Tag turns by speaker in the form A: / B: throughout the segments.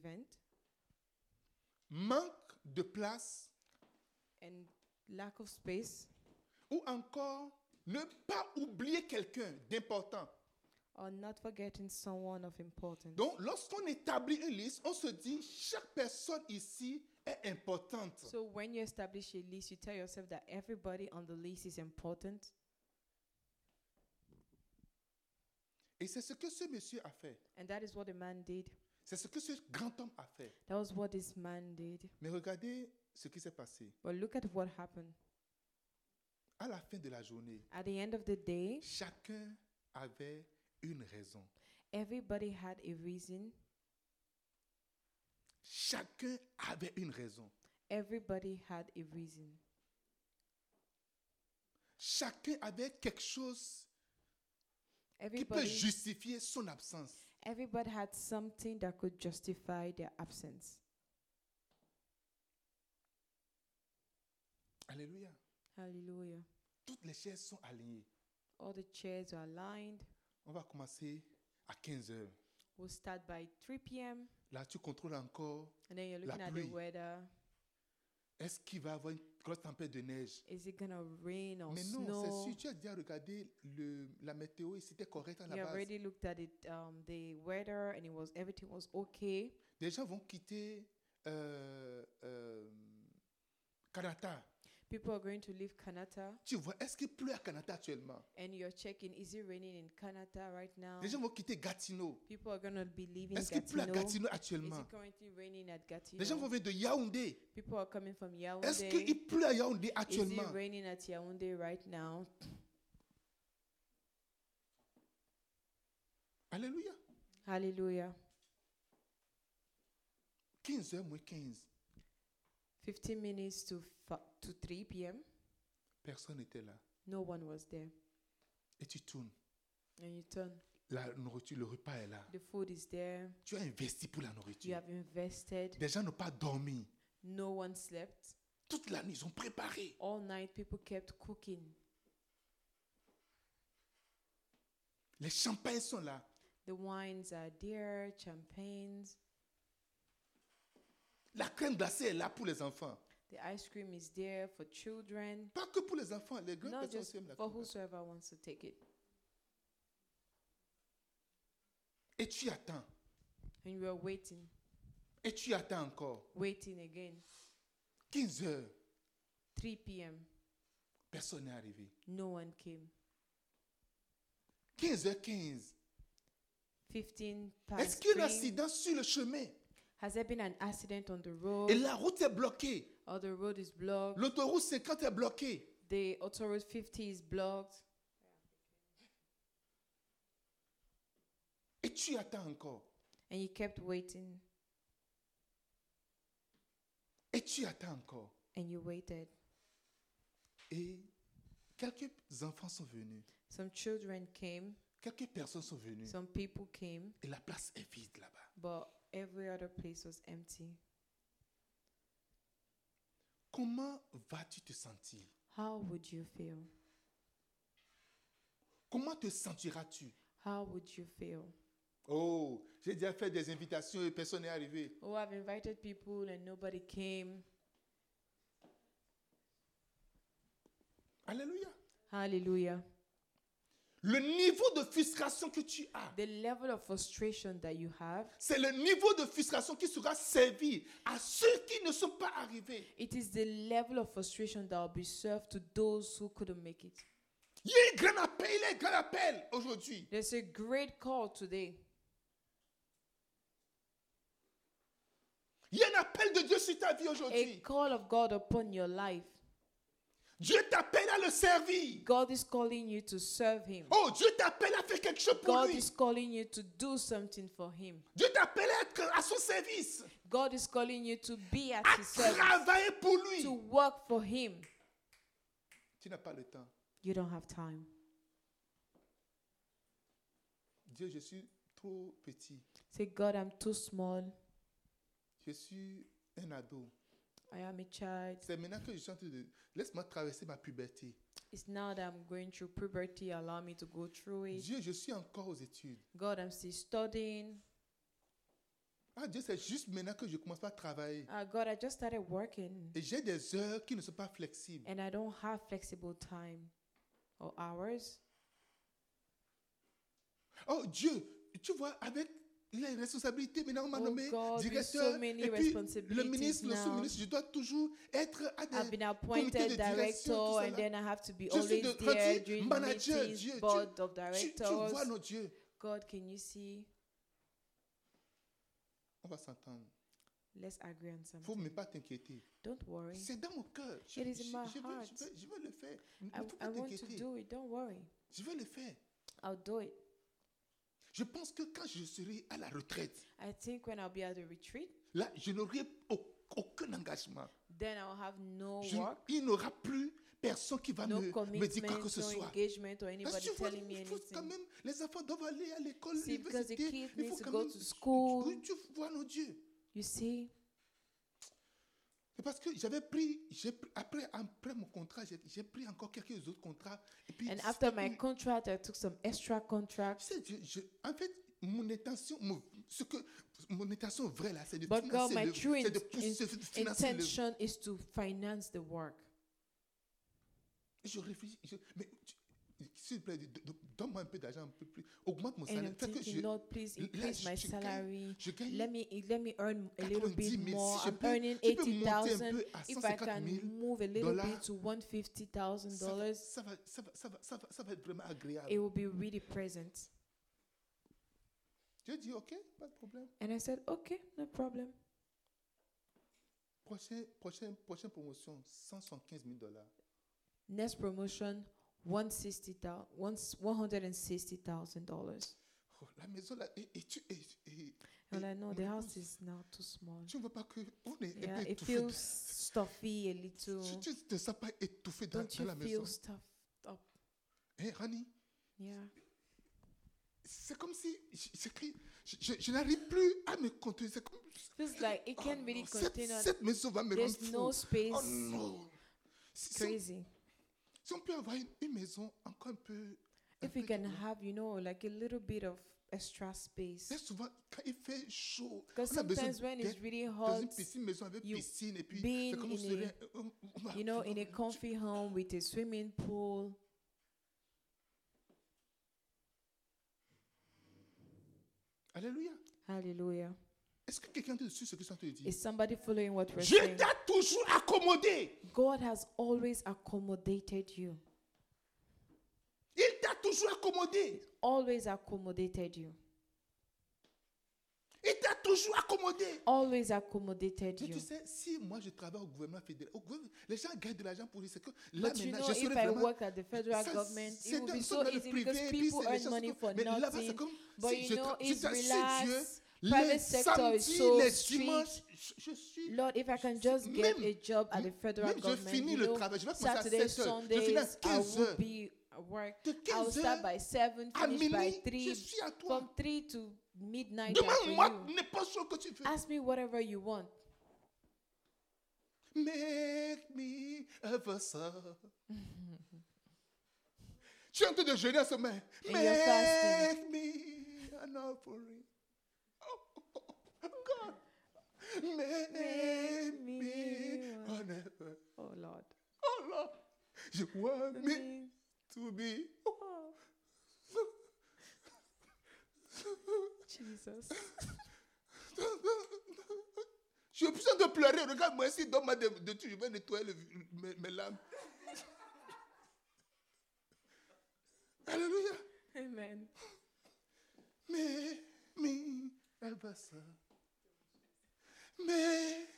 A: resentment
B: manque de place
A: and lack of space,
B: ou encore ne pas oublier quelqu'un d'important.
A: or not forgetting someone of importance.
B: Donc, lorsqu'on établit une liste, on se dit chaque personne ici est importante.
A: So when you establish a list, you tell yourself that everybody on the list is important.
B: Et c'est ce que ce monsieur a fait.
A: And that is what the man did.
B: C'est ce que ce grand homme a fait.
A: That was what this man did.
B: Mais regardez ce qui s'est passé.
A: But look at what happened.
B: À la fin de la journée,
A: At the end of the day,
B: chacun avait une raison.
A: everybody had a reason.
B: Chacun avait une raison.
A: Everybody had a reason.
B: Chacun avait quelque chose qui peut
A: Everybody,
B: justifier son absence.
A: everybody had something that could justify their absence.
B: Alléluia.
A: Hallelujah.
B: Toutes les chaises sont alignées.
A: All the chairs are aligned.
B: On va commencer à 15 heures.
A: We'll start by 3 p.m.
B: Là, tu contrôles encore.
A: And then you're
B: La
A: looking at the
B: pluie.
A: weather.
B: Est-ce qu'il va y avoir une grosse tempête de neige?
A: Is it going to rain or
B: Mais non, c'est
A: snow?
B: sûr. Tu as déjà regardé le, la météo et c'était correct à la
A: You
B: base.
A: already looked at it, um, the weather, and it was everything was okay.
B: Des gens vont quitter euh, euh, Kanata.
A: People are going to leave Kanata,
B: Tu vois, est-ce qu'il pleut à Kanata actuellement?
A: and you're checking is it raining in Kanata right now?
B: Des gens vont quitter Gatineau.
A: People are going to be leaving
B: Est-ce qu'il pleut à
A: Gatineau. Is
B: Gatineau
A: it
B: actuellement?
A: currently raining at
B: Les gens
A: Gatineau?
B: vont venir de Yaoundé.
A: People are coming from
B: Est-ce
A: Yaoundé.
B: qu'il pleut à Yaoundé
A: Is it
B: actuellement?
A: raining at Yaoundé right now?
B: Alléluia.
A: Hallelujah.
B: 15h moins 15.
A: 15 minutes to fa- to 3 p.m.
B: Personne n'était là.
A: No one was there.
B: Et tu tournes.
A: And you turn.
B: La nourriture, le repas est là.
A: The food is there.
B: Tu as investi pour la
A: You
B: nourriture.
A: have invested.
B: Des gens n'ont pas dormi.
A: No one slept.
B: Toute la nuit, ils ont préparé.
A: All night, people kept cooking.
B: Les champagnes sont là.
A: The wines are there, champagnes.
B: La crème glacée est là pour les enfants.
A: The ice cream is there for children,
B: Pas que pour les enfants, les grandes
A: not
B: personnes
A: just
B: aussi aiment la
A: for
B: crème glacée.
A: whosoever wants to take it.
B: Et tu attends.
A: And we are waiting,
B: Et tu attends encore.
A: waiting again.
B: 15 heures,
A: 3 p.m.
B: personne n'est arrivé.
A: No one came.
B: 15h15.
A: 15
B: Est-ce
A: past
B: qu'il y a un
A: 3.
B: accident sur le chemin
A: Has there been an accident on the road?
B: et la route est bloquée?
A: Or the road is blocked?
B: L'autoroute 50 est bloquée.
A: The autoroute 50 is blocked.
B: Et tu attends encore.
A: And you kept waiting
B: Et tu attends encore.
A: and you waited.
B: Et quelques enfants sont venus.
A: Some children came,
B: Quelques personnes sont venues.
A: some people came,
B: Et la place est vide là-bas.
A: but every other place was empty.
B: Comment vas-tu te sentir?
A: How would you feel?
B: Comment te sentiras-tu?
A: How would you feel?
B: Oh, j'ai déjà fait des invitations et personne n'est arrivé.
A: Oh, I've invited people and nobody came.
B: Alléluia.
A: Hallelujah.
B: Le niveau de frustration que tu as,
A: The level of frustration that you have,
B: c'est le niveau de frustration qui sera servi à ceux qui ne sont pas arrivés.
A: it is the level of frustration that will be served to those who couldn't make it.
B: Il y a un grand appel, il y a un grand appel aujourd'hui.
A: There's a great call today.
B: Il y a un appel de Dieu sur ta vie
A: A
B: aujourd'hui.
A: call of God upon your life.
B: Dieu t'appelle à le servir.
A: God is calling you to serve Him.
B: Oh, Dieu t'appelle à faire quelque chose pour
A: God
B: lui.
A: is calling you to do something for Him.
B: Dieu t'appelle à être à son service,
A: God is calling you to be at
B: à
A: His service,
B: travailler pour lui.
A: to work for Him.
B: Tu n'as pas le temps.
A: You don't have time.
B: Dieu, je suis trop petit.
A: Say, God, I'm too small.
B: Je suis un ado.
A: I am a child.
B: C'est maintenant que je suis en train de... Laisse-moi traverser ma puberté.
A: It's now that I'm going through puberty. Allow me to go through it.
B: Dieu, je suis encore aux études.
A: God, I'm still studying.
B: Ah Dieu, c'est juste maintenant que je commence pas à travailler.
A: Uh, God, I just started working
B: Et j'ai des heures qui ne sont pas flexibles.
A: and I don't have flexible time or hours.
B: Oh Dieu, tu vois, avec les responsabilités, maintenant on m'a
A: Oh
B: nommé
A: God, with
B: directeur.
A: so many
B: et puis le
A: responsibilities
B: ministre, le
A: now.
B: sous-ministre, je dois toujours être à
A: I've
B: des...
A: been
B: comité de
A: appointed
B: direction, tout
A: director,
B: ça
A: and
B: là.
A: then I have to be
B: Je suis
A: always
B: de-
A: there
B: traduit,
A: during
B: manager,
A: meetings,
B: Dieu, Dieu.
A: board of
B: Tu, tu vois,
A: directors.
B: nos dieux.
A: God, can you see?
B: On va s'entendre.
A: Let's agree on
B: Il ne faut
A: something.
B: même pas t'inquiéter.
A: Don't worry.
B: C'est dans mon cœur. Je,
A: It is in
B: je-
A: my
B: je veux,
A: heart.
B: je, veux, je veux le faire. Il
A: I,
B: ne faut
A: I
B: pas
A: want to
B: t'inquiéter.
A: do it. Don't worry.
B: Je veux le faire.
A: I'll do it.
B: Je pense que quand je serai à la retraite,
A: I think when I'll be at the retreat,
B: là, je n'aurai au- aucun engagement.
A: then I'll have no
B: Je-
A: work,
B: il n'aura plus personne qui va
A: no
B: me, me dire quoi que
A: commitment,
B: ce
A: no
B: soit.
A: engagement, or
B: Parce
A: anybody
B: que tu vois,
A: telling me
B: il faut quand
A: anything.
B: même, les enfants doivent aller à l'école,
A: See, because the
B: l'université.
A: kid
B: Il faut
A: needs to
B: quand
A: go
B: même.
A: to school.
B: Oui, tu vois, nos dieux.
A: You see,
B: C'est parce que j'avais pris, j'ai pris- après, après mon contrat, j'ai j'ai pris encore quelques autres contrats. Et puis,
A: and
B: c'est
A: after
B: pas
A: my
B: tout.
A: contract, I took some extra
B: Tu
A: contracts.
B: sais, je- je- en fait, mon intention, mon, ce que, mon intention vraie là, c'est de
A: But God, my
B: financer le,
A: true
B: c'est de
A: in-
B: pousser- financer le.
A: Intention is to finance the work.
B: Je réfléchis, je- mais tu- s'il te plaît, do- do- donne-moi un peu d'argent, un peu plus, augmente mon
A: And
B: salaire,
A: I'm
B: fais que
A: thinking,
B: je,
A: Lord, please
B: là,
A: increase
B: je-
A: my
B: je gagne-
A: salary.
B: je gagne.
A: Let me let me earn a little
B: 90
A: bit
B: 000,
A: more.
B: si je
A: I'm
B: peux-
A: earning
B: tu peux monter un
A: eighty thousand.
B: peu à
A: If I
B: 150
A: can
B: 000
A: move a little
B: dollars,
A: bit to one fifty thousand
B: ça va,
A: dollars,
B: ça va, ça va, ça va, ça va- ça va être vraiment
A: it
B: agréable.
A: will be really present.
B: Dieu dit, ok, pas de problème.
A: And I said, okay, no problem.
B: Prochain, prochain, prochaine promotion, 175 000 dollars.
A: Next promotion, one sixty thousand, one hundred and sixty thousand dollars.
B: Oh, la maison là, et, et tu, et, et-
A: And
B: et
A: I know
B: mon
A: the house
B: épouse,
A: is now too small.
B: Tu ne vois pas que on est
A: Yeah,
B: un peu
A: it
B: étouffé.
A: feels stuffy a
B: Tu-
A: little.
B: Tu ne te sens pas étouffé dans,
A: Don't
B: dans
A: you
B: la maison.
A: feel stuffed up?
B: Hein, Rani,
A: Yeah.
B: c'est comme si j- j'écris, je, je- je n'arrive plus à me contenir. C'est comme
A: Feels like it
B: Oh
A: can't
B: non,
A: really
B: cette,
A: contain all.
B: cette maison va me rendre
A: There's
B: fou.
A: no space.
B: Oh non. Si, si on,
A: Crazy.
B: si on peut avoir une, une maison encore un peu. un
A: If we
B: peu
A: can
B: grande.
A: have, you know, like a little bit of extra
B: Très
A: space.
B: souvent, quand il fait chaud, on
A: Because
B: a besoin
A: sometimes when it's
B: d'être
A: really
B: dans
A: hot,
B: une piscine, maison avec
A: you
B: piscine, et puis
A: being
B: c'est comme on
A: in
B: serait,
A: a-
B: euh, on- on va
A: you know,
B: vraiment-
A: in a
B: tu-
A: comfy home with a swimming pool,
B: Alléluia.
A: Hallelujah.
B: Est-ce que quelqu'un te suit ce que ça te dit
A: Is somebody following what we're
B: Je
A: saying?
B: t'ai toujours accommodé.
A: God has always accommodated you.
B: Il t'a toujours accommodé.
A: Always accommodated you.
B: Il t'a toujours accommodé.
A: Always accommodated
B: Mais
A: you.
B: tu sais, si moi je travaille au gouvernement fédéral, au gouvernement- les gens gagnent de l'argent pour eux. C'est que là
A: But you
B: maintenant,
A: know,
B: je
A: if
B: serai
A: I
B: vraiment.
A: work at the federal
B: Ça,
A: government,
B: c'est
A: it will
B: dans-
A: be
B: ça,
A: so
B: dans le
A: easy
B: privé,
A: because
B: puis
A: people
B: c'est les
A: earn
B: choses
A: money
B: comme-
A: for
B: mais là-bas, c'est
A: nothing.
B: comme
A: But
B: si je
A: you know,
B: tra- je
A: it's
B: tra- chez Dieu,
A: relaxed.
B: les
A: Private sector is
B: samedis,
A: so
B: les
A: strict.
B: dimanches, je, je suis.
A: Lord, if I can
B: Si-
A: just get
B: même-
A: a job at the federal
B: Même je
A: government,
B: finis
A: you
B: le
A: know,
B: travail, je vais commencer à
A: Saturdays,
B: 7 heures. Je finis à
A: Sundays, I
B: 15
A: will
B: heures.
A: be at work.
B: De
A: I will
B: 15
A: start
B: heures
A: by seven,
B: à
A: finish by
B: minuit, je
A: three,
B: suis à toi.
A: from three to midnight. I'm for
B: Demande-moi
A: you.
B: n'importe ce que tu veux.
A: Ask me whatever you want.
B: Make me a vessel. Tu es en train de jeûner en ce moment.
A: And you're
B: Make
A: fasting.
B: me an offering. Oh, oh, oh, God. Make,
A: Make
B: me,
A: me
B: an offering.
A: Oh Lord.
B: Oh Lord. You want me to be.
A: Oh, Jesus.
B: Je suis plus en train de pleurer. Regarde-moi ici, donne-moi de, de tout. Je vais nettoyer le- mes, mes larmes. Alléluia.
A: Amen.
B: Mais, mais, elle va ça. Mais,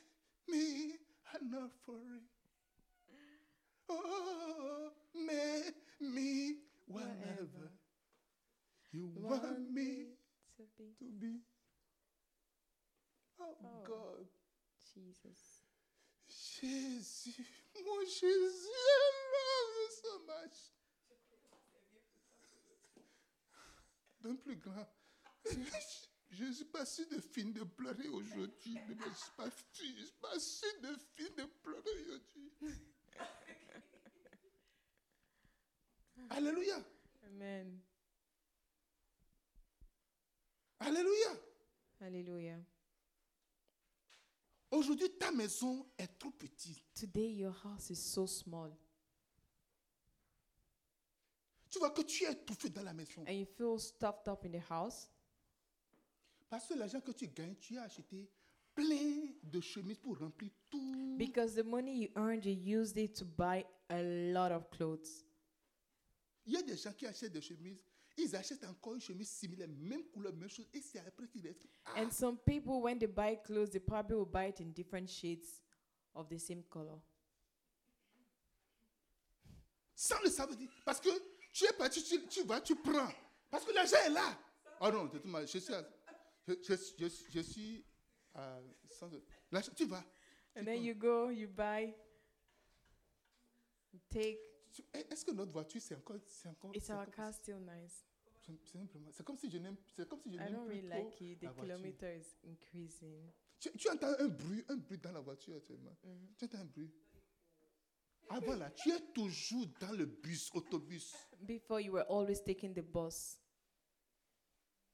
B: mais, an offering. Oh, mais, me, whenever
A: Whatever.
B: you want me
A: to be
B: to be. Oh,
A: Oh.
B: God.
A: Jesus.
B: Jésus, mon Jésus, I love you so much. D'un plus grand. Je ne suis pas sûr de finir de pleurer aujourd'hui. mais Je ne suis pas sûr- je suis pas sûr de finir de pleurer aujourd'hui. Alléluia.
A: Amen.
B: Alléluia.
A: Hallelujah.
B: Aujourd'hui, ta maison est trop petite.
A: Today, your house is so small
B: Tu vois que tu es étouffé dans la maison.
A: and you feel stuffed up in the house
B: Parce que l'argent que tu gagnes, tu as acheté plein de chemises pour remplir tout.
A: because the money you earned, you used it to buy a lot of clothes.
B: Il y a des gens qui achètent des chemises. Ils achètent encore une chemise similaire, même couleur, même chose. Et c'est après qu'ils restent. Ah,
A: And some people, when they buy clothes, they probably will buy it in different shades of the same color.
B: sans le savoir. dire. Parce que tu es parti, tu, tu vas, tu prends. Parce que l'argent est là. Oh non, de toute manière, je suis. à- Je, je, je- je suis. à- sans- l'argent- tu vas.
A: And then you go, you buy, you take.
B: Tu- eh, Est-ce que notre voiture, c'est encore. C'est encore.
A: It's
B: c'est
A: our
B: comme-
A: car still nice.
B: c'est- c'est simplement- C'est comme si je n'aime c'est comme si je
A: I
B: n'aime
A: don't
B: plus
A: really
B: trop
A: like it. The
B: la voiture.
A: kilometer is increasing.
B: Tu, tu entends un bruit, un bruit dans la voiture actuellement.
A: Mhm.
B: Tu entends un bruit. Ah voilà, tu es toujours dans le bus, autobus.
A: Before you were always taking the bus,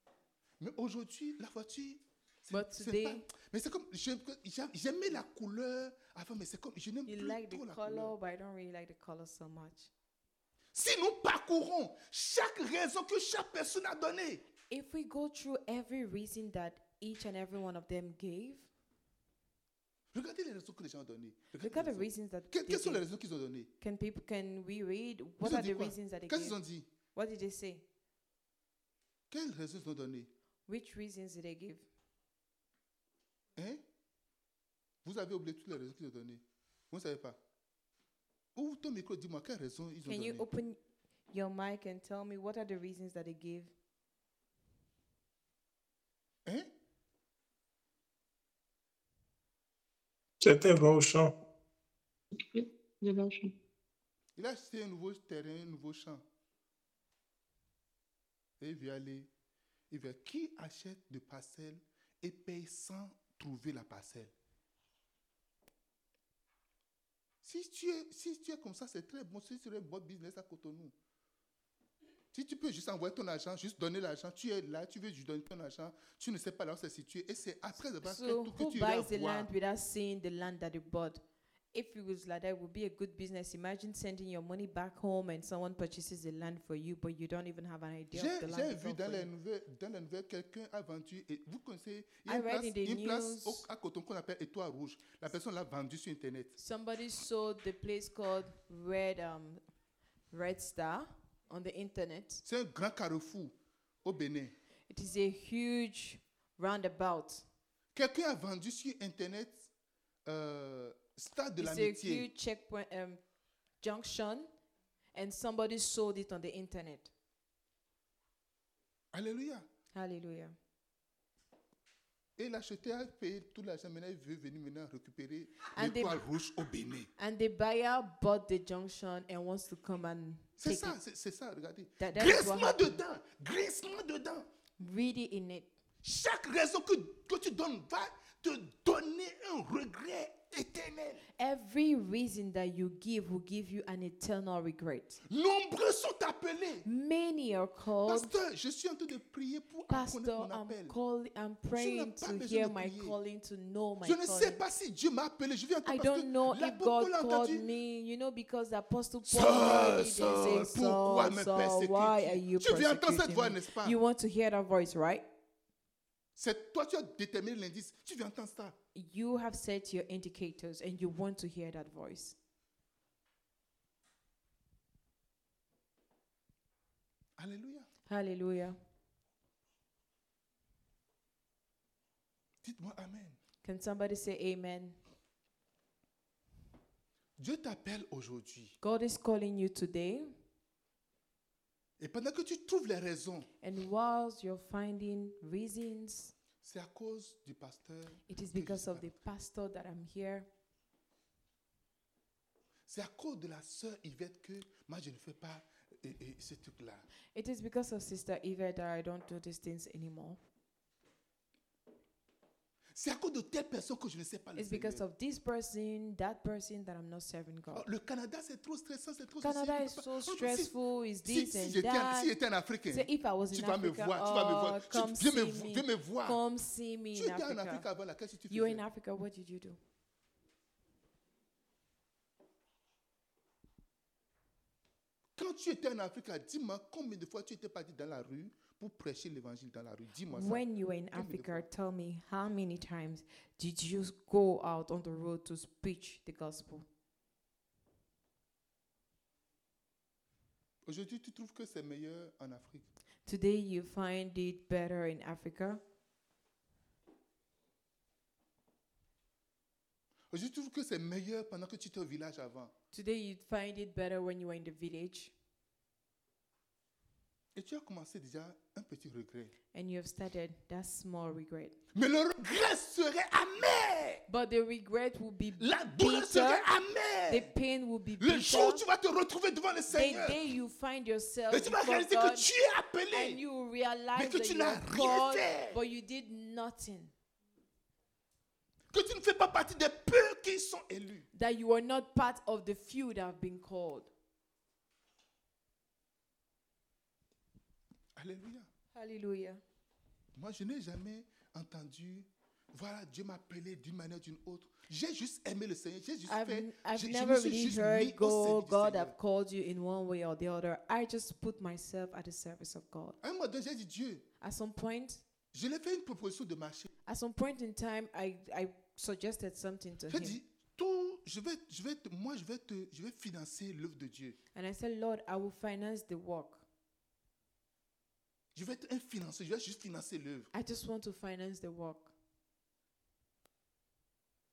B: Mais aujourd'hui, la voiture. c'est-
A: But
B: c'est
A: today-
B: pas- mais c'est comme, j'aime- j'aime- j'aimais la couleur avant, mais c'est comme, je n'aime
A: you
B: plus
A: like the
B: trop la
A: color,
B: couleur.
A: but I don't really like the color so much.
B: Si nous parcourons chaque raison que chaque personne a donnée,
A: If we go through every reason that each and every one of them gave,
B: regardez les raisons que les gens ont données.
A: look
B: Regardez
A: at the
B: les raisons.
A: reasons that
B: Que-
A: they
B: quelles sont les
A: gave.
B: raisons qu'ils ont données
A: Can people can we read what
B: Ils ont
A: are
B: dit
A: the
B: quoi
A: reasons that they
B: Qu'est-ce
A: gave?
B: qu'ils ont dit
A: What did they say?
B: Quelles raisons ils ont données
A: Which reasons did they give?
B: Hein Vous avez oublié toutes les raisons qu'ils ont données. Vous ne savez pas. Ouvre ton micro, dis-moi quelles raisons ils ont
A: Can you
B: données.
A: open your mic and tell me what are the reasons that they gave?
B: Hein
C: J'étais bon au champ.
D: de l'argent.
B: Il a acheté un nouveau terrain, un nouveau champ. Et il veut aller. Il veut. Qui achète de parcelles et paye sans trouver la parcelle si tu, es, si tu es comme ça, c'est très bon. Si tu es un bon business à Cotonou. Si tu peux juste envoyer ton argent, juste donner l'argent, tu es là, tu veux juste donner ton argent, tu ne sais pas là où c'est situé. Et c'est après avoir fait
A: So
B: tout que
A: who
B: tu iras
A: buys the
B: voir.
A: land without seeing the land that they bought? If it was like that, it would be a good business. Imagine sending your money back home and someone purchases the land for you, but you don't even have an idea
B: J'ai
A: of the land.
B: j'ai
A: they
B: vu
A: bought
B: dans
A: for
B: les
A: you.
B: nouvelles, dans les nouvelles, quelqu'un a vendu. Et vous connaissez, il y
A: I
B: a une
A: read
B: place,
A: in the
B: une place
A: news-
B: au- à Coton qu'on appelle Étoile Rouge. La personne l'a vendue sur Internet.
A: Somebody sold the place called Red um, Red Star on the internet.
B: C'est un grand carrefour au Bénin.
A: It is a huge roundabout.
B: Quelqu'un a vendu sur Internet euh, Stade de
A: it's a
B: l'Amitié.
A: huge checkpoint um, junction, and somebody sold it on the internet.
B: Alléluia.
A: Hallelujah.
B: Et l'acheteur a payé tout l'argent. Maintenant, il veut venir maintenant récupérer
A: And they-
B: l'Étoile Rouge au Bénin.
A: And the buyer bought the junction and wants to come and
B: C'est
A: take
B: ça,
A: it.
B: c'est c'est ça, regardez.
A: That- that is what
B: Graisse-moi
A: happened.
B: dedans. Graisse-moi dedans.
A: Read it in it.
B: Chaque raison que, que tu donnes va te donner un regret éternel.
A: Every reason that you give will give you an eternal regret.
B: Nombreux sont appelés.
A: Many are called.
B: Pasteur, je suis en train de prier pour
A: Pastor,
B: connaître mon
A: I'm
B: appel.
A: calling. I'm praying
B: pas
A: to
B: besoin de
A: hear my
B: prier.
A: calling, to know my
B: Je ne sais
A: calling.
B: pas si Dieu m'a appelé. Je viens
A: I
B: entendre parce
A: don't know
B: que
A: if
B: l'apôtre
A: God
B: Paul a
A: called
B: entendu.
A: me, you know, because the Apostle Paul
B: Saul,
A: already they
B: Saul,
A: say,
B: pourquoi
A: Saul,
B: me
A: Saul, why are
B: persécutes-tu?
A: you
B: Tu veux entendre cette
A: persecuting
B: voix,
A: me?
B: n'est-ce pas?
A: You want to hear that voice, right?
B: C'est toi, tu as déterminé l'indice. Tu viens entendre ça.
A: You have set your indicators and you want to hear that voice.
B: Alléluia.
A: Hallelujah.
B: Dites-moi Amen.
A: Can somebody say amen?
B: Dieu t'appelle aujourd'hui.
A: God is calling you today,
B: Et pendant que tu trouves les raisons,
A: and whilst you're finding reasons,
B: c'est à cause du pasteur.
A: it is
B: que je
A: because
B: suis
A: of
B: là.
A: the pastor that I'm here.
B: C'est à cause de la sœur Yvette que moi, je ne fais pas euh, euh, ce truc-là.
A: It is because of Sister Eva that I don't do these things anymore.
B: C'est à cause de telle personne que je ne sais pas le
A: It's because
B: Seigneur.
A: of this person, that person that I'm not serving
B: Oh,
A: God.
B: Le Canada, c'est trop stressant, c'est trop
A: Canada is
B: ceci, je peux
A: so
B: pas- Oh, si-
A: stressful, is
B: Si,
A: this
B: si
A: and
B: j'étais un-
A: that.
B: si j'étais un Africain,
A: So if I was
B: tu
A: in
B: vas me
A: Africa,
B: voir, tu vas me
A: oh,
B: voir. Tu-
A: come
B: viens,
A: see
B: me, vo-
A: me.
B: viens me voir.
A: Come see me
B: tu
A: in
B: étais en Afrique
A: Africa.
B: avant, là, qu'est-ce que tu
A: You were in
B: faisais?
A: Africa, what did you do?
B: Quand tu étais en Afrique, dis-moi combien de fois tu étais parti dans la rue pour prêcher l'évangile dans la rue. Dis-moi ça.
A: When you were in
B: Tell me the
A: Africa, tell me how many times did you go out on the road to preach the gospel?
B: Aujourd'hui, tu trouves que c'est meilleur en Afrique.
A: Today you find it better in Africa.
B: Aujourd'hui, tu trouves que c'est meilleur pendant que tu étais au village avant.
A: Today you find it better when you are in the village
B: Et tu as commencé déjà un petit regret.
A: and you have started that small regret.
B: Mais le regret serait amer.
A: But the regret will be
B: La douleur
A: bitter.
B: serait
A: The
B: amère.
A: pain will be
B: Le
A: bitter.
B: jour où tu vas te retrouver devant le
A: The
B: Seigneur
A: day you find yourself
B: et tu vas
A: before
B: réaliser
A: God
B: que tu es
A: and
B: appelé,
A: you will realize
B: que
A: that
B: tu
A: you
B: n'as
A: are
B: rien
A: called,
B: fait.
A: but you did nothing.
B: que tu ne fais pas partie des peu qui sont élus.
A: That you are not part of the few that have been called.
B: Alléluia.
A: Hallelujah.
B: Moi, je n'ai jamais entendu, voilà, Dieu m'a appelé d'une manière ou d'une autre. J'ai juste aimé le Seigneur. J'ai juste
A: I've,
B: fait.
A: I've
B: je- je
A: never
B: me suis
A: really
B: juste mis
A: heard,
B: au
A: go,
B: service du
A: God,
B: Seigneur.
A: I've called you in one way or the other. I just put myself at the service of God.
B: À un moment donné, j'ai dit Dieu,
A: At some point,
B: je lui ai fait une proposition de marché.
A: at some point in time, I, I suggested something to
B: J'ai
A: him.
B: dit, tout, je vais, je vais, te- moi, je vais te, je vais financer l'œuvre de Dieu.
A: And I said, Lord, I will finance the work.
B: Je vais être un financier. Je vais juste financer l'œuvre.
A: I just want to finance the work.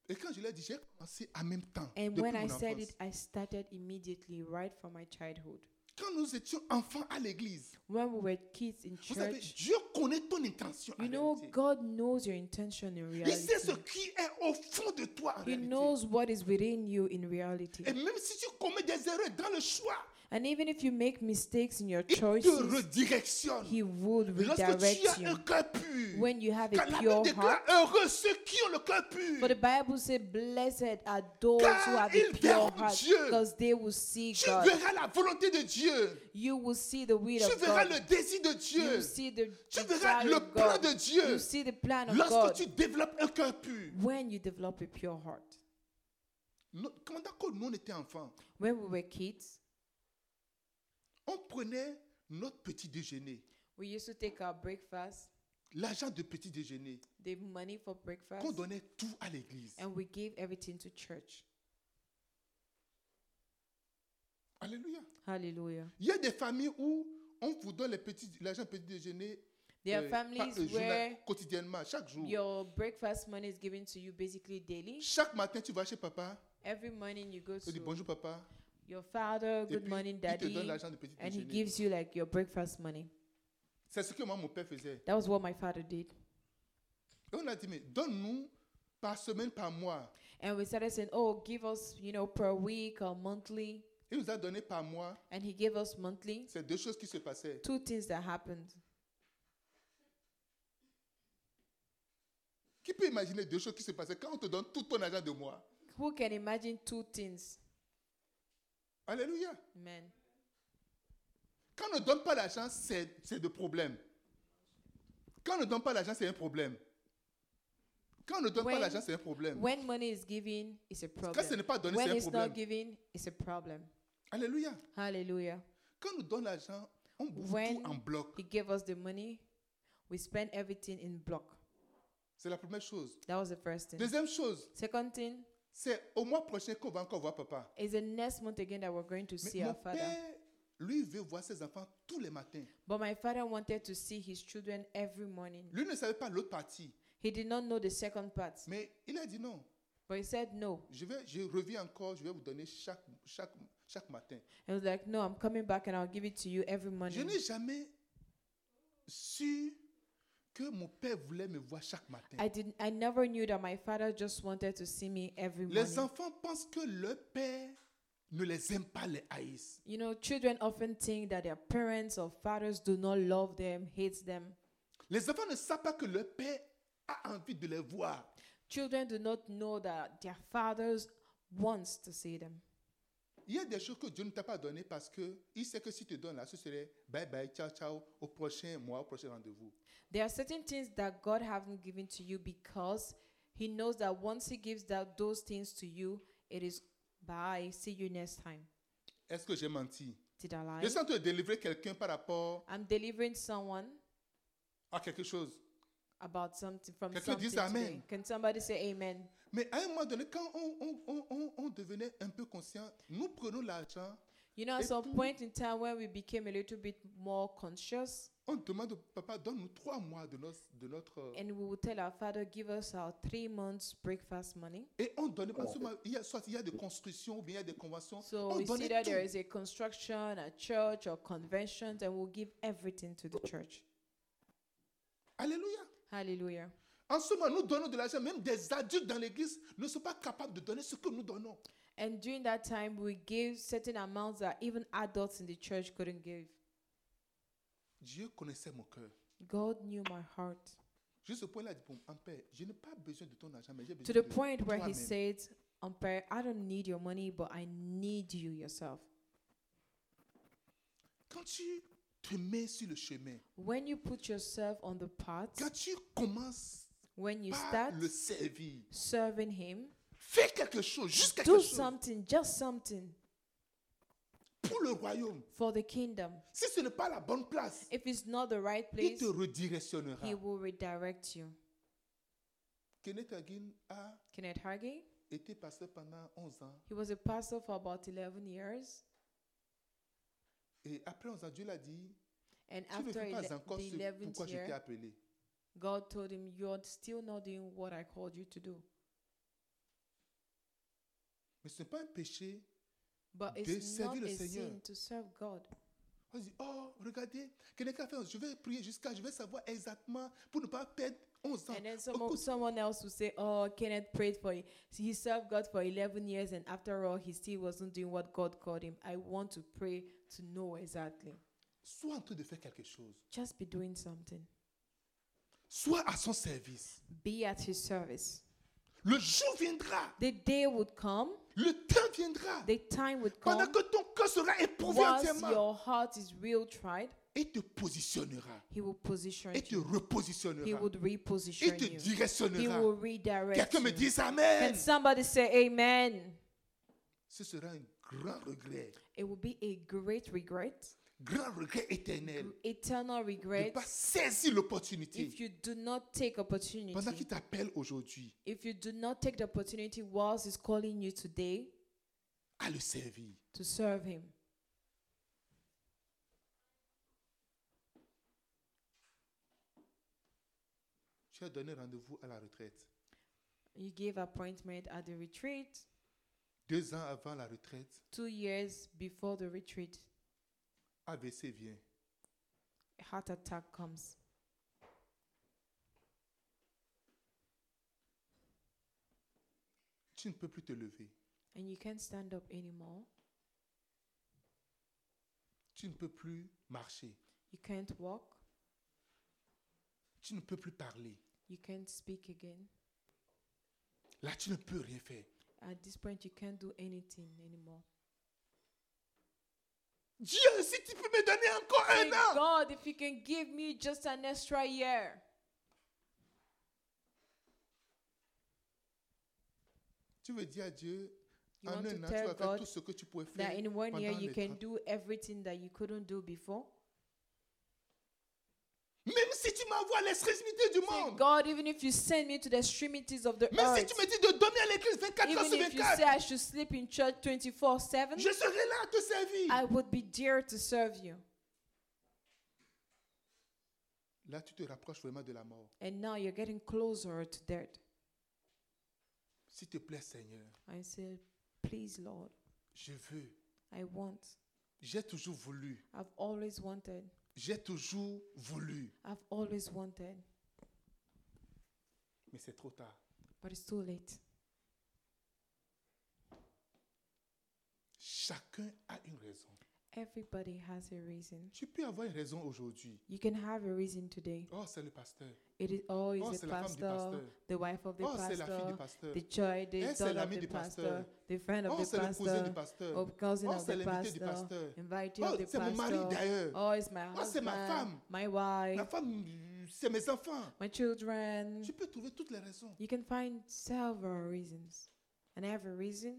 B: Et quand je l'ai dit, j'ai commencé en même temps.
A: And
B: depuis
A: when
B: mon
A: I said
B: enfance.
A: it, I started immediately, right from my childhood.
B: Quand nous étions enfants à l'église,
A: When we were kids in
B: vous savez,
A: church,
B: Dieu connaît ton intention. en
A: you know,
B: réalité.
A: God knows your intention in
B: Il
A: reality.
B: sait ce qui est au fond de toi en
A: He
B: réalité.
A: knows what is within you in reality.
B: Et même si tu commets des erreurs dans le choix,
A: And even if you make mistakes in your
B: il te
A: choices,
B: redirectionne.
A: He would
B: Mais Lorsque tu
A: redirect
B: as un
A: you
B: cœur pur,
A: when you have
B: car
A: a
B: la Bible
A: pure
B: déclare
A: heart.
B: heureux ceux qui ont le cœur
A: For
B: pur.
A: the Bible says, Blessed are those who
B: Car
A: have
B: ils
A: a pure
B: verront
A: heart,
B: Dieu.
A: because they will see
B: Tu
A: God.
B: verras la volonté de Dieu.
A: You will see the will
B: Tu
A: of
B: verras
A: God.
B: le désir de
A: You
B: Dieu.
A: will see the
B: Tu verras
A: desire
B: le
A: of
B: plan
A: God.
B: de Dieu.
A: You see the plan of
B: Lorsque
A: God
B: tu développes un cœur pur.
A: when you develop a pure heart.
B: Nous- Quand quand nous on était enfants,
A: When we were kids,
B: on prenait notre petit déjeuner,
A: we used to take our breakfast,
B: l'argent de petit déjeuner,
A: the money for breakfast,
B: qu'on donnait tout à l'église.
A: and we gave everything to church.
B: Alléluia.
A: Hallelujah.
B: Il y a des familles où on vous donne les petits- l'argent petit déjeuner
A: There are
B: euh, pas-
A: families
B: euh, journa-
A: where
B: quotidiennement, chaque jour.
A: Your breakfast money is given to you basically daily.
B: Chaque matin, tu vas chez papa,
A: Every morning you go
B: tu dis
A: to
B: bonjour papa,
A: your father,
B: et
A: good
B: puis
A: morning,
B: il te
A: daddy,
B: donne l'argent de petit
A: and he
B: déjeuner.
A: gives you like your breakfast money.
B: C'est ce que moi, mon père faisait.
A: That was what my father did.
B: Et on a dit, mais donne-nous par semaine, par mois.
A: And we started saying, oh, give us, you know, per week or monthly.
B: Il nous a donné par mois.
A: And he gave us monthly.
B: C'est deux choses qui se passaient.
A: Two things that happened.
B: Qui peut imaginer deux choses qui se passaient quand on te donne tout ton argent de mois
A: Who can imagine two things?
B: Alléluia.
A: Amen.
B: Quand on ne donne pas l'argent, c'est c'est de problème. Quand on ne donne pas l'argent, c'est un problème. Quand on ne donne pas
A: When-
B: l'argent, c'est un problème.
A: When money is given, it's a
B: Quand ce
A: problem.
B: n'est pas donné,
A: When
B: c'est un
A: it's not
B: problème.
A: given, it's a problem.
B: Alléluia.
A: Hallelujah.
B: Quand on nous donne l'argent, on bouffe
A: When-
B: tout en bloc.
A: He gave us the money. We spent everything in block.
B: C'est la première chose.
A: That was the first thing.
B: Deuxième chose,
A: Second thing
B: c'est au mois prochain qu'on va encore voir papa.
A: is the next month again that we're going to
B: Mais
A: see
B: mon
A: our father.
B: père, lui, veut voir ses enfants tous les matins.
A: But my father wanted to see his children every morning.
B: Lui ne savait pas l'autre partie.
A: He did not know the second part,
B: Mais il a dit non.
A: but he said no.
B: Je, vais, je reviens encore, je vais vous donner chaque, chaque, chaque matin.
A: He was like, no, I'm coming back and I'll give it to you every
B: Je
A: morning.
B: n'ai jamais su que mon père voulait me voir chaque matin.
A: I didn't. I never knew that my father just wanted to see me every
B: Les
A: morning.
B: enfants pensent que leur père ne les aime pas, les haïssent.
A: You know, children often think that their parents or fathers do not love them, hates them.
B: Les enfants ne savent pas que leur père a envie de les voir.
A: Children do not know that their fathers wants to see them.
B: Il y a des choses que Dieu ne t'a pas données parce qu'il sait que si tu donnes là, ce serait bye bye, ciao, ciao, au prochain mois, au prochain rendez-vous.
A: There are certain things that God hasn't given to you because He knows that once He gives that those things to you, it is bye. See you next time.
B: Est-ce que j'ai menti?
A: Did I lie?
B: Je suis en train de délivrer quelqu'un par rapport
A: I'm delivering someone
B: à quelque chose.
A: about something from
B: Quelqu'un
A: something
B: dise
A: today.
B: amen.
A: Can somebody say Amen?
B: Mais à un moment donné, quand on, on- on- on- on devenait un peu conscient, nous prenons l'argent,
A: You know, at
B: Et
A: some
B: tout-
A: point in time when we became a little bit more conscious,
B: on demande au papa, donne-nous trois mois de nos- de notre.
A: and we would tell our father, "Give us our three months breakfast money."
B: Et on donnait pas seulement, il y a, soit il y a des constructions ou bien il y a des conventions.
A: So
B: on
A: we see
B: donnait
A: that
B: tout.
A: there is a construction, a church, or conventions, and we'll give everything to the church.
B: Alléluia.
A: Hallelujah.
B: En ce moment, nous donnons de l'argent. Même des adultes dans l'église ne sont pas capables de donner ce que nous donnons.
A: And during that time, we gave certain amounts that even adults in the church couldn't give.
B: Dieu connaissait mon cœur.
A: God knew my heart
B: Juste au point là, il dit, bon, en paix, je n'ai pas besoin de ton argent, mais j'ai
A: to
B: besoin
A: the
B: de
A: point where He
B: toi-même.
A: said, "Umpire, I don't need your money, but I need you yourself."
B: Quand tu te mets sur le chemin,
A: When you put yourself on the path,
B: quand tu commences
A: when you
B: par
A: start
B: le servir,
A: serving Him,
B: fais quelque chose, juste quelque
A: do
B: chose
A: something, just something
B: pour le royaume.
A: for the kingdom.
B: Si ce n'est pas la bonne place,
A: If it's not the right
B: il
A: place,
B: te redirectivera.
A: He will redirect you.
B: Kenneth Hagin a
A: Kenneth Hagin,
B: été pasteur pendant 11 ans.
A: he was a pastor for about 11 years.
B: Et après 11 ans, Dieu l'a dit,
A: And
B: tu ne
A: after
B: fais
A: ele-
B: pas encore
A: the
B: ce pourquoi
A: 11th
B: je t'ai
A: year,
B: appelé.
A: God told him, You're still not doing what I called you to do.
B: Mais ce n'est pas un péché.
A: But
B: De
A: it's not
B: servir le
A: a
B: Seigneur.
A: sin to serve God.
B: On dit, oh, regardez, quelqu'un a fait, je vais prier jusqu'à, je vais savoir exactement pour ne pas perdre 11 ans.
A: And then some,
B: Écoute,
A: someone else will say, Oh, Kenneth prayed for you. He served God for 11 years, and after all, he still wasn't doing what God called him. I want to pray to know exactly.
B: sois en train de faire quelque chose.
A: Just be doing something,
B: Sois à son service.
A: be at his service.
B: Le jour viendra,
A: The day would come,
B: le temps viendra,
A: the time would
B: pendant
A: come.
B: que ton cœur sera éprouvé
A: Once
B: entièrement,
A: your heart is real tried,
B: et te positionnera,
A: he will position
B: et te
A: you. He
B: repositionnera,
A: would
B: et te
A: reposition you. He
B: directionnera.
A: will redirect
B: Quelqu'un me
A: you.
B: dise
A: Can
B: Amen.
A: somebody say amen?
B: Ce sera un grand regret,
A: It will be a great regret,
B: grand regret éternel,
A: eternal
B: de ne
A: regret,
B: pas saisir l'opportunité
A: if you do not take
B: pendant qu'il
A: opportunity.
B: t'appelle aujourd'hui
A: If you do not take the opportunity whilst he's calling you today
B: à le servir.
A: to serve him.
B: Tu as donné rendez-vous à la retraite.
A: You gave appointment at the retreat
B: Deux ans avant la retraite,
A: two years before the retreat.
B: AVC vient.
A: Heart attack comes.
B: Tu ne peux plus te lever.
A: and you can't stand up anymore.
B: Tu ne peux plus marcher.
A: You can't walk.
B: Tu ne peux plus parler.
A: You can't speak again.
B: Là, tu ne peux rien faire.
A: At this point, you can't do anything anymore.
B: Dieu, si tu peux me donner encore
A: Thank
B: un an.
A: God, if you can give me just an extra year,
B: Tu veux dire à Dieu,
A: you
B: en
A: want to
B: un an, tu vas
A: tell
B: faire
A: God
B: tout ce que tu pouvais faire.
A: that in one year
B: pendant
A: you
B: les
A: can
B: 30
A: do everything that you couldn't do before.
B: Même si tu m'envoies à l'extrémité du
A: Say,
B: monde.
A: God, even if you send me to the extremities of the
B: Même si
A: earth,
B: tu me dis de dormir à l'église 24 heures
A: even
B: sur
A: if you say
B: 24,
A: I should sleep in church 24 7,
B: je serai là à te servir.
A: I would be dear to serve you.
B: Là, tu te rapproches vraiment de la mort.
A: And now you're getting closer to death.
B: S'il te plaît, Seigneur,
A: I say, please, Lord,
B: je veux,
A: I want.
B: j'ai toujours voulu,
A: I've always wanted.
B: j'ai toujours voulu,
A: I've always wanted,
B: mais c'est trop tard.
A: but it's too late.
B: Chacun a une raison.
A: Everybody has a reason.
B: Tu peux avoir une raison aujourd'hui.
A: You can have a reason today.
B: Oh, c'est le pasteur.
A: It is always
B: Oh,
A: the
B: c'est la femme du
A: pastor,
B: pasteur.
A: the wife of the
B: Oh, c'est la fille
A: pastor,
B: du pasteur.
A: the child, the
B: Eh, c'est
A: daughter of
B: l'ami
A: the
B: du
A: pastor,
B: pasteur.
A: the friend of
B: Oh,
A: the
B: c'est le cousin
A: pastor,
B: du pasteur.
A: of cousin
B: Oh,
A: of
B: c'est
A: the
B: l'invité du
A: pastor,
B: pasteur.
A: invitee
B: Oh,
A: of the
B: c'est mon mari
A: pastor.
B: d'ailleurs.
A: Oh, it's my
B: Oh, c'est
A: husband,
B: ma femme.
A: my wife,
B: La femme, euh, c'est mes enfants.
A: my children.
B: Tu peux trouver toutes les raisons.
A: You can find several reasons, and every reason,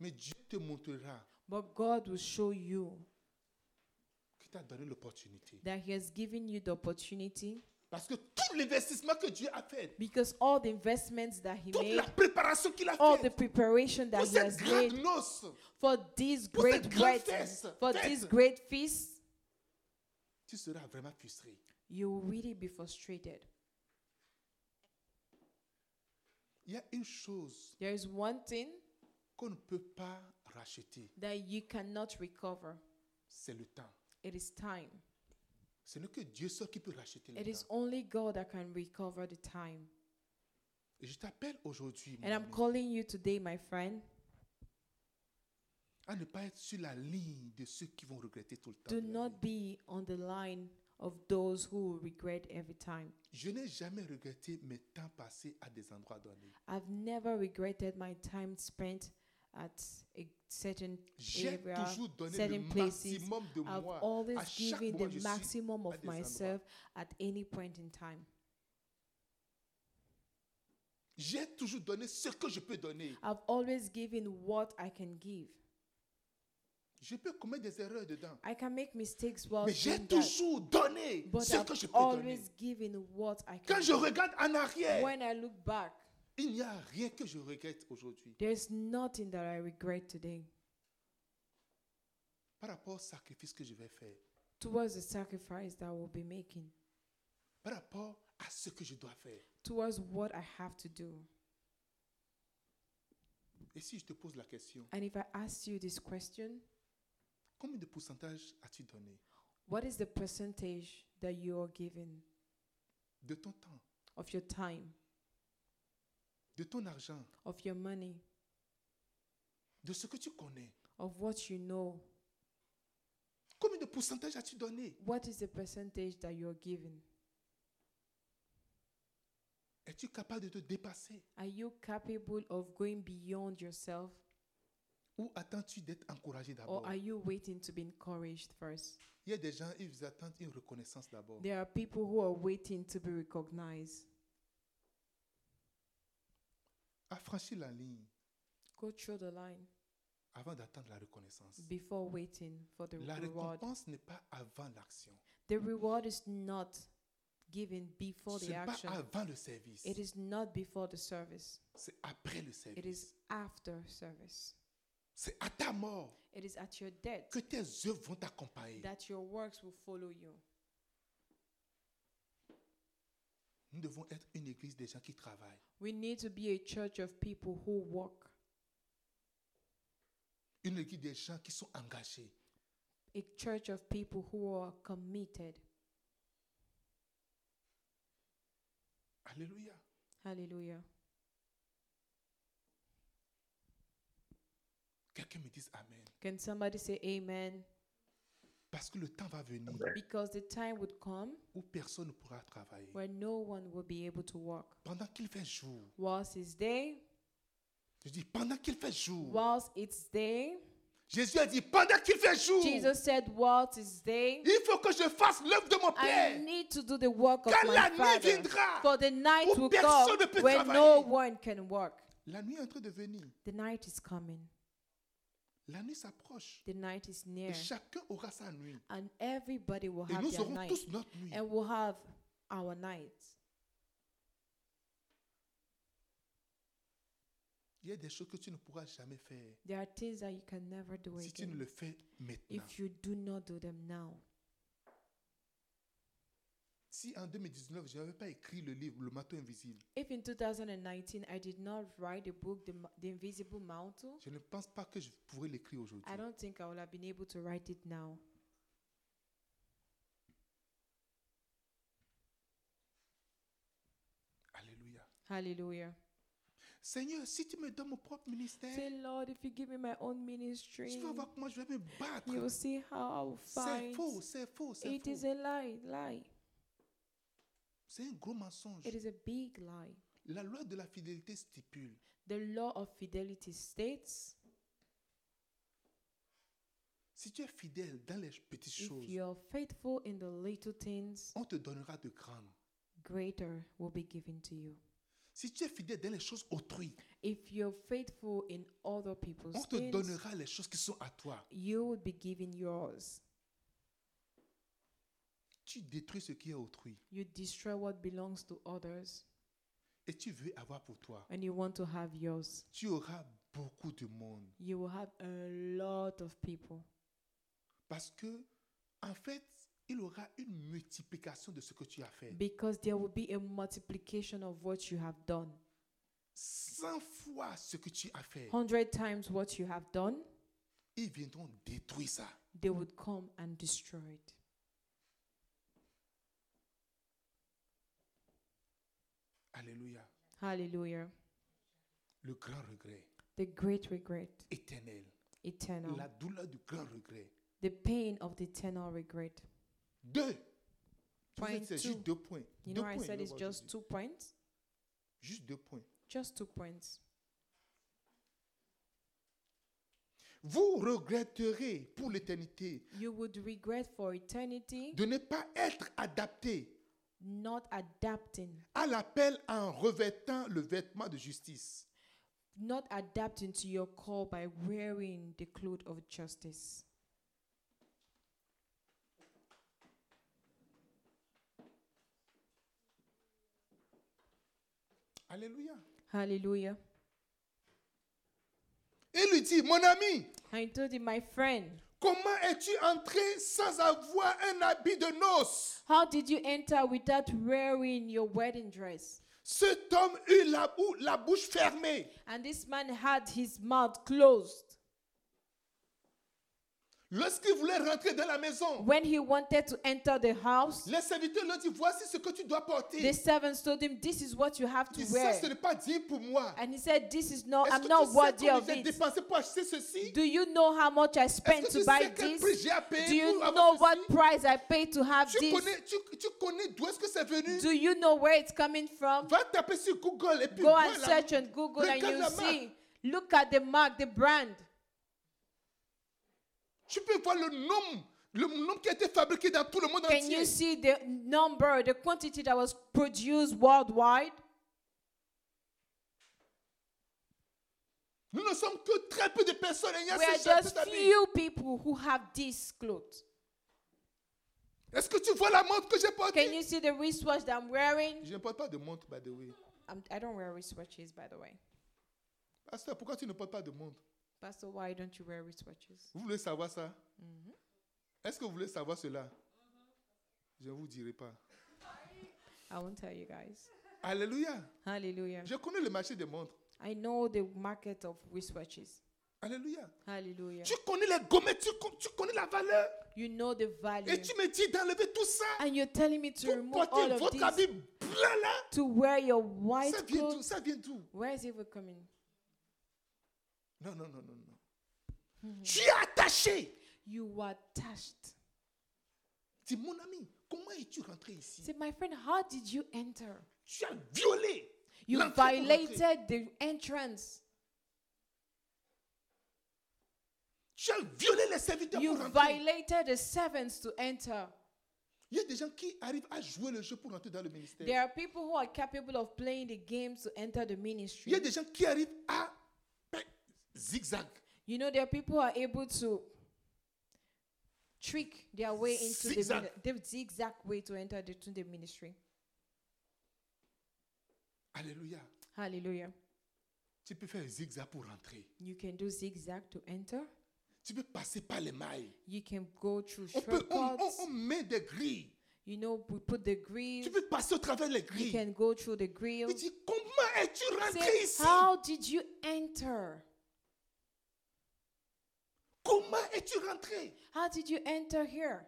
B: Mais Dieu te montrera
A: but God will show you
B: qu'il t'a donné l'opportunité.
A: that He has given you the opportunity
B: Parce que tout l'investissement que Dieu a fait,
A: because all the investments that He
B: toute
A: made,
B: la préparation qu'il a
A: all the
B: faite,
A: preparation that
B: pour
A: He
B: cette
A: has
B: grande
A: made
B: noce,
A: for this
B: pour
A: great
B: cette grande
A: wedding,
B: fête,
A: for
B: fête.
A: this great feast,
B: tu seras vraiment frustré.
A: you will really be frustrated.
B: Il y a une chose
A: There is one thing
B: qu'on ne peut pas racheter,
A: that you cannot recover.
B: c'est le temps.
A: It is time.
B: Ce n'est que Dieu seul qui peut racheter
A: It
B: le
A: is
B: temps.
A: only God that can recover the time.
B: Et je t'appelle aujourd'hui, mon
A: And I'm
B: ami,
A: calling you today, my friend.
B: à ne pas être sur la ligne de ceux qui vont regretter tout le temps.
A: Do
B: de la vie.
A: not be on the line of those who will regret every time.
B: Je n'ai jamais regretté mes temps passés à des endroits donnés.
A: I've never regretted my time spent at a certain
B: J'ai
A: area.
B: toujours donné le
A: certain places.
B: maximum de
A: I've
B: moi.
A: always
B: à chaque
A: given
B: moment,
A: the
B: je suis
A: maximum
B: à
A: of
B: des endroits.
A: myself at any point in time.
B: J'ai toujours donné ce que je peux donner.
A: I've always given what I can give.
B: Je peux commettre des erreurs dedans.
A: I can make mistakes while
B: mais
A: doing
B: j'ai
A: that,
B: toujours donné
A: but
B: ce
A: I've
B: que je peux donner.
A: always given what I
B: Quand
A: can.
B: je
A: give.
B: regarde en arrière,
A: When I look back,
B: il n'y a rien que je regrette aujourd'hui.
A: there's nothing that I regret today
B: Par rapport au sacrifice que je vais faire,
A: towards the sacrifice that I will be making,
B: par rapport à ce que je dois faire.
A: towards what I have to do.
B: Et si je te pose la question,
A: And if I ask you this question,
B: combien de pourcentage as-tu donné
A: what is the percentage that you are giving
B: de ton temps,
A: of your time,
B: de ton argent,
A: of your money,
B: de ce que tu connais
A: of what you know?
B: Combien de pourcentage as-tu donné
A: What is the percentage that you are giving?
B: Es-tu capable de te dépasser
A: Are you capable of going beyond yourself
B: ou attends-tu d'être encouragé
A: or
B: d'abord
A: are you waiting to be encouraged first?
B: Il y a des gens, ils attendent une reconnaissance d'abord.
A: There are people who are waiting to be recognized.
B: Affranchis la ligne
A: Go through the line
B: avant d'attendre la reconnaissance.
A: before waiting for the
B: La
A: reward.
B: récompense n'est pas avant l'action.
A: The reward is not given before
B: Ce
A: the
B: n'est pas
A: action.
B: avant le service.
A: It is not before the service.
B: C'est après le
A: It is
B: service.
A: after service.
B: C'est à ta mort
A: It is at your death
B: que tes œuvres vont t'accompagner.
A: that your works will follow you.
B: Nous devons être une église des gens qui travaillent.
A: We need to be a church of people who work,
B: Une église des gens qui sont engagés.
A: a church of people who are committed.
B: Alléluia.
A: Hallelujah.
B: Quelqu'un me dise Amen.
A: Can somebody say amen?
B: Parce que le temps va venir
A: Because the time would come
B: où personne ne pourra travailler.
A: where no one will be able to work.
B: Pendant qu'il fait jour,
A: Whilst it's day,
B: je dis pendant qu'il fait jour.
A: whilst it's day,
B: Jésus a dit pendant qu'il fait jour,
A: Jesus said, whilst it's day,
B: il faut que je fasse l'œuvre de mon
A: I
B: Père.
A: need to do the work of
B: Quand la
A: my
B: nuit
A: Father.
B: viendra,
A: For the night
B: où
A: will
B: personne
A: come
B: ne peut
A: where no
B: travailler.
A: one can work.
B: La nuit est en train de venir.
A: The night is coming.
B: La nuit s'approche.
A: The night is near.
B: Et chacun aura sa nuit.
A: And everybody will
B: Et
A: have
B: nous
A: their
B: aurons
A: night.
B: tous notre nuit.
A: And we'll have our night.
B: Il y a des choses que tu ne pourras jamais faire
A: There are things that you can never do
B: si tu ne
A: again
B: le fais maintenant.
A: if you do not do them now.
B: Si en 2019, je n'avais pas écrit le livre Le manteau invisible,
A: If in 2019 I did not write the book The, Mo- the Invisible Mountain,
B: je ne pense pas que je pourrais l'écrire aujourd'hui.
A: I don't think I would have been able to write it now.
B: Alléluia.
A: Hallelujah.
B: Seigneur, si tu me donnes mon propre ministère,
A: Say, Lord, if you give me my own ministry,
B: tu vas voir comment je vais me
A: you
B: battre.
A: will see how I will
B: C'est
A: fight.
B: faux, c'est faux, c'est
A: It is
B: faux.
A: a lie, lie.
B: C'est un gros mensonge.
A: It is a big lie.
B: La loi de la fidélité stipule
A: The law of fidelity states
B: si tu es fidèle dans les petites
A: if
B: choses,
A: you are faithful in the little things,
B: on te donnera de grandes.
A: greater will be given to you.
B: Si tu es fidèle dans les choses autrui,
A: If you're faithful in other people's
B: on te
A: things,
B: donnera les choses qui sont à toi.
A: you will be given yours.
B: Tu détruis ce qui est autrui
A: You destroy what belongs to others
B: et tu veux avoir pour toi.
A: and you want to have yours.
B: Tu auras beaucoup de monde
A: You will have a lot of people
B: parce que, en fait, il aura une multiplication de ce que tu as fait.
A: because there will be a multiplication of what you have done.
B: 100 fois ce que tu as fait,
A: Hundred times what you have done,
B: ils viendront détruire ça.
A: they would come and destroy it.
B: Alléluia.
A: Hallelujah.
B: Le grand regret
A: The great regret,
B: éternel.
A: eternal.
B: La douleur du grand regret.
A: The pain of the eternal regret.
B: Deux. Tu
A: Point
B: sais, c'est juste
A: two.
B: deux points.
A: You
B: deux
A: know, I
B: points,
A: said
B: le
A: it's
B: mot
A: just
B: Jésus.
A: two points.
B: Juste deux points.
A: Just two points.
B: Vous regretterez pour l'éternité
A: You would regret for eternity
B: de ne pas être adapté
A: not adapting,
B: à l'appel en revêtant le vêtement de justice.
A: not adapting to your call by wearing the cloth of justice.
B: Alléluia.
A: Hallelujah.
B: Il lui dit, mon ami,
A: I told him, my friend,
B: comment es-tu entré sans avoir un habit de noces
A: how did you enter without wearing your wedding dress?
B: Cet homme eut la, bou- la bouche fermée.
A: And this man had his mouth closed.
B: Lorsqu'il voulait rentrer dans la maison,
A: When he wanted to enter the house,
B: les serviteurs lui ont dit, voici ce que tu dois
A: the
B: porter.
A: servants told him, This is what you have to
B: Il dit,
A: wear.
B: ça, ce n'est pas dit pour moi.
A: And he said, This is not,
B: Est-ce
A: I'm
B: que
A: not
B: tu sais
A: worthy
B: combien
A: of
B: j'ai
A: it.
B: dépensé pour acheter ceci?
A: Do you know how much I spent
B: Est-ce que
A: to
B: tu
A: buy
B: sais quel prix
A: this?
B: j'ai à payer
A: Do you
B: pour
A: know
B: avoir
A: what
B: ceci?
A: price I paid to have
B: Tu
A: this?
B: connais, tu, tu connais d'où est-ce que c'est venu?
A: Do you know where it's coming from?
B: Va taper sur Google et puis
A: Go
B: vois
A: and
B: la-
A: search on Google and
B: Regarde
A: you'll
B: la marque.
A: see. Look at the mark, the brand.
B: Tu peux voir le nombre, le nombre qui a été fabriqué dans tout le monde
A: Can
B: entier.
A: you see the number, the quantity that was produced worldwide?
B: Nous ne sommes que très peu de personnes ayant
A: We are
B: ces chapeaux
A: just
B: d'habits.
A: few people who have these clothes.
B: Est-ce que tu vois la montre que j'ai
A: Can
B: portée?
A: you see the wristwatch that I'm wearing?
B: Je ne porte pas de montre, by the way.
A: I'm, I don't wear wristwatches, by the way.
B: Pasteur, pourquoi tu ne portes pas de montre?
A: Pastor, why don't you wear wristwatches?
B: Vous voulez savoir ça?
A: Mhm.
B: Est-ce que vous voulez savoir cela? Je ne vous dirai pas.
A: I won't tell you guys.
B: Alléluia.
A: Hallelujah.
B: Je connais le marché des montres.
A: I know the market of wristwatches.
B: Alléluia.
A: Hallelujah.
B: Tu connais les gommettes, tu, con- tu connais la valeur.
A: You know the value.
B: Et tu me dis d'enlever tout ça.
A: And you're telling me to
B: Tout
A: remove all
B: porter
A: of
B: votre
A: this
B: habit blanc là.
A: to wear your white
B: Ça vient d'où?
A: clothes.
B: Ça vient d'où?
A: Where is it even coming?
B: Non, non, non, non, non.
A: Mm-hmm.
B: Tu es attaché.
A: You were touched.
B: Dis, mon ami, comment es-tu rentré ici?
A: Say, my friend, how did you enter?
B: Tu as violé.
A: You
B: l'entrée pour rentrer.
A: violated the entrance.
B: Tu as violé les serviteurs
A: You
B: pour rentrer.
A: violated the servants to enter.
B: Il y a des gens qui arrivent à jouer le jeu pour rentrer dans le ministère.
A: There are people who are capable of playing the games to enter the
B: Il y a
A: ministry.
B: des gens qui arrivent à ben, zigzag,
A: You know, there are people who are able to trick their way into the,
B: Zigzag.
A: mini- the zigzag way to enter the, to the ministry.
B: Alléluia.
A: Hallelujah.
B: Tu peux faire zigzag pour rentrer.
A: You can do zigzag to enter.
B: Tu peux passer par les mailles.
A: You can go through
B: On, peut, on, on-
A: shortcuts.
B: on met des grilles.
A: You know, we put the grills.
B: Tu peux passer au travers des
A: You
B: grilles.
A: can go through the
B: Il
A: grills.
B: dit, comment es-tu rentré
A: Say,
B: ici?
A: how did you enter?
B: Comment es-tu rentré?
A: How did you enter here?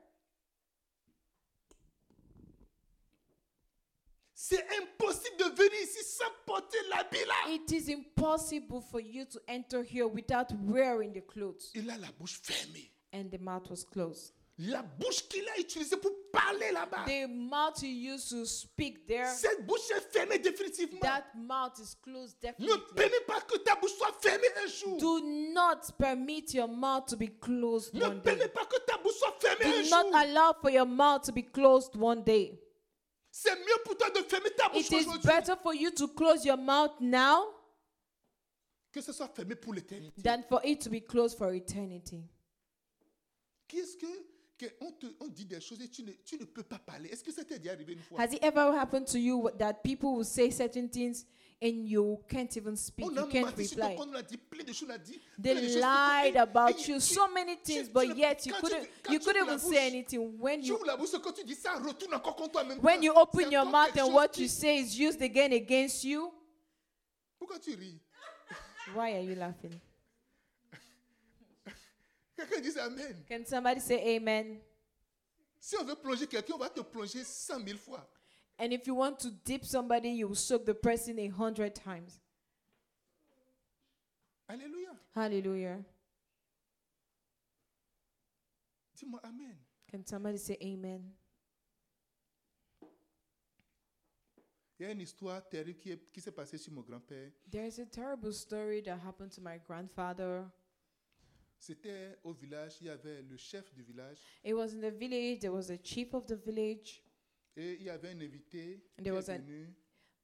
B: C'est impossible de venir ici sans porter l'habit là.
A: It is impossible for you to enter here without wearing the clothes.
B: Il a la bouche fermée.
A: And the mouth was closed.
B: La bouche qu'il a utilisée pour parler là-bas.
A: The mouth you used to speak there,
B: Cette bouche est fermée définitivement.
A: that mouth is closed
B: Ne
A: definitely.
B: permets pas que ta bouche soit fermée un jour.
A: Do not permit your mouth to be closed
B: Ne
A: one day.
B: permets pas que ta bouche soit fermée un
A: Do not
B: jour.
A: allow for your mouth to be closed one day.
B: C'est mieux pour toi de fermer ta bouche
A: It is
B: aujourd'hui
A: better for you to close your mouth now
B: que ce soit fermé pour l'éternité.
A: than for it to be closed for eternity.
B: Qu'est-ce que, que on te on dit des choses et tu ne, tu ne peux pas parler Est-ce que ça t'est déjà arrivé une fois
A: Has it ever happened to you wh- that people will say certain things and you can't even speak,
B: On
A: you
B: a
A: can't
B: menti sur toi,
A: reply?
B: on a dit plein de choses, on a dit plein de choses.
A: They
B: sur toi,
A: lied
B: et-
A: about
B: et
A: you,
B: tu-
A: so many
B: tu-
A: things,
B: tu
A: but
B: le-
A: yet you
B: quand
A: couldn't,
B: tu,
A: you
B: quand tu
A: couldn't
B: ouvres la
A: even
B: bouche,
A: say anything. When
B: Tu
A: you
B: ouvres la bouche, quand tu dis ça retourne encore contre toi même.
A: when
B: pas.
A: you open
B: C'est
A: your
B: encore
A: mouth
B: quelque
A: and
B: chose
A: what
B: qui-
A: you say is used again against you,
B: Pourquoi tu ris
A: why are you laughing?
B: Quelqu'un dit Amen.
A: Can somebody say amen?
B: Si on veut plonger quelqu'un, on va te plonger cent mille fois.
A: And if you want to dip somebody, you will soak the person a hundred times.
B: Alléluia.
A: Hallelujah.
B: Dis-moi Amen.
A: Can somebody say amen?
B: Il y a une histoire terrible qui, est- qui s'est passée sur mon grand-père.
A: There is a terrible story that happened to my grandfather.
B: C'était au village, il y avait le chef du village
A: It was in the village, there was a chief of the village,
B: et il y avait un invité
A: And
B: qui
A: there
B: est
A: was an-
B: venu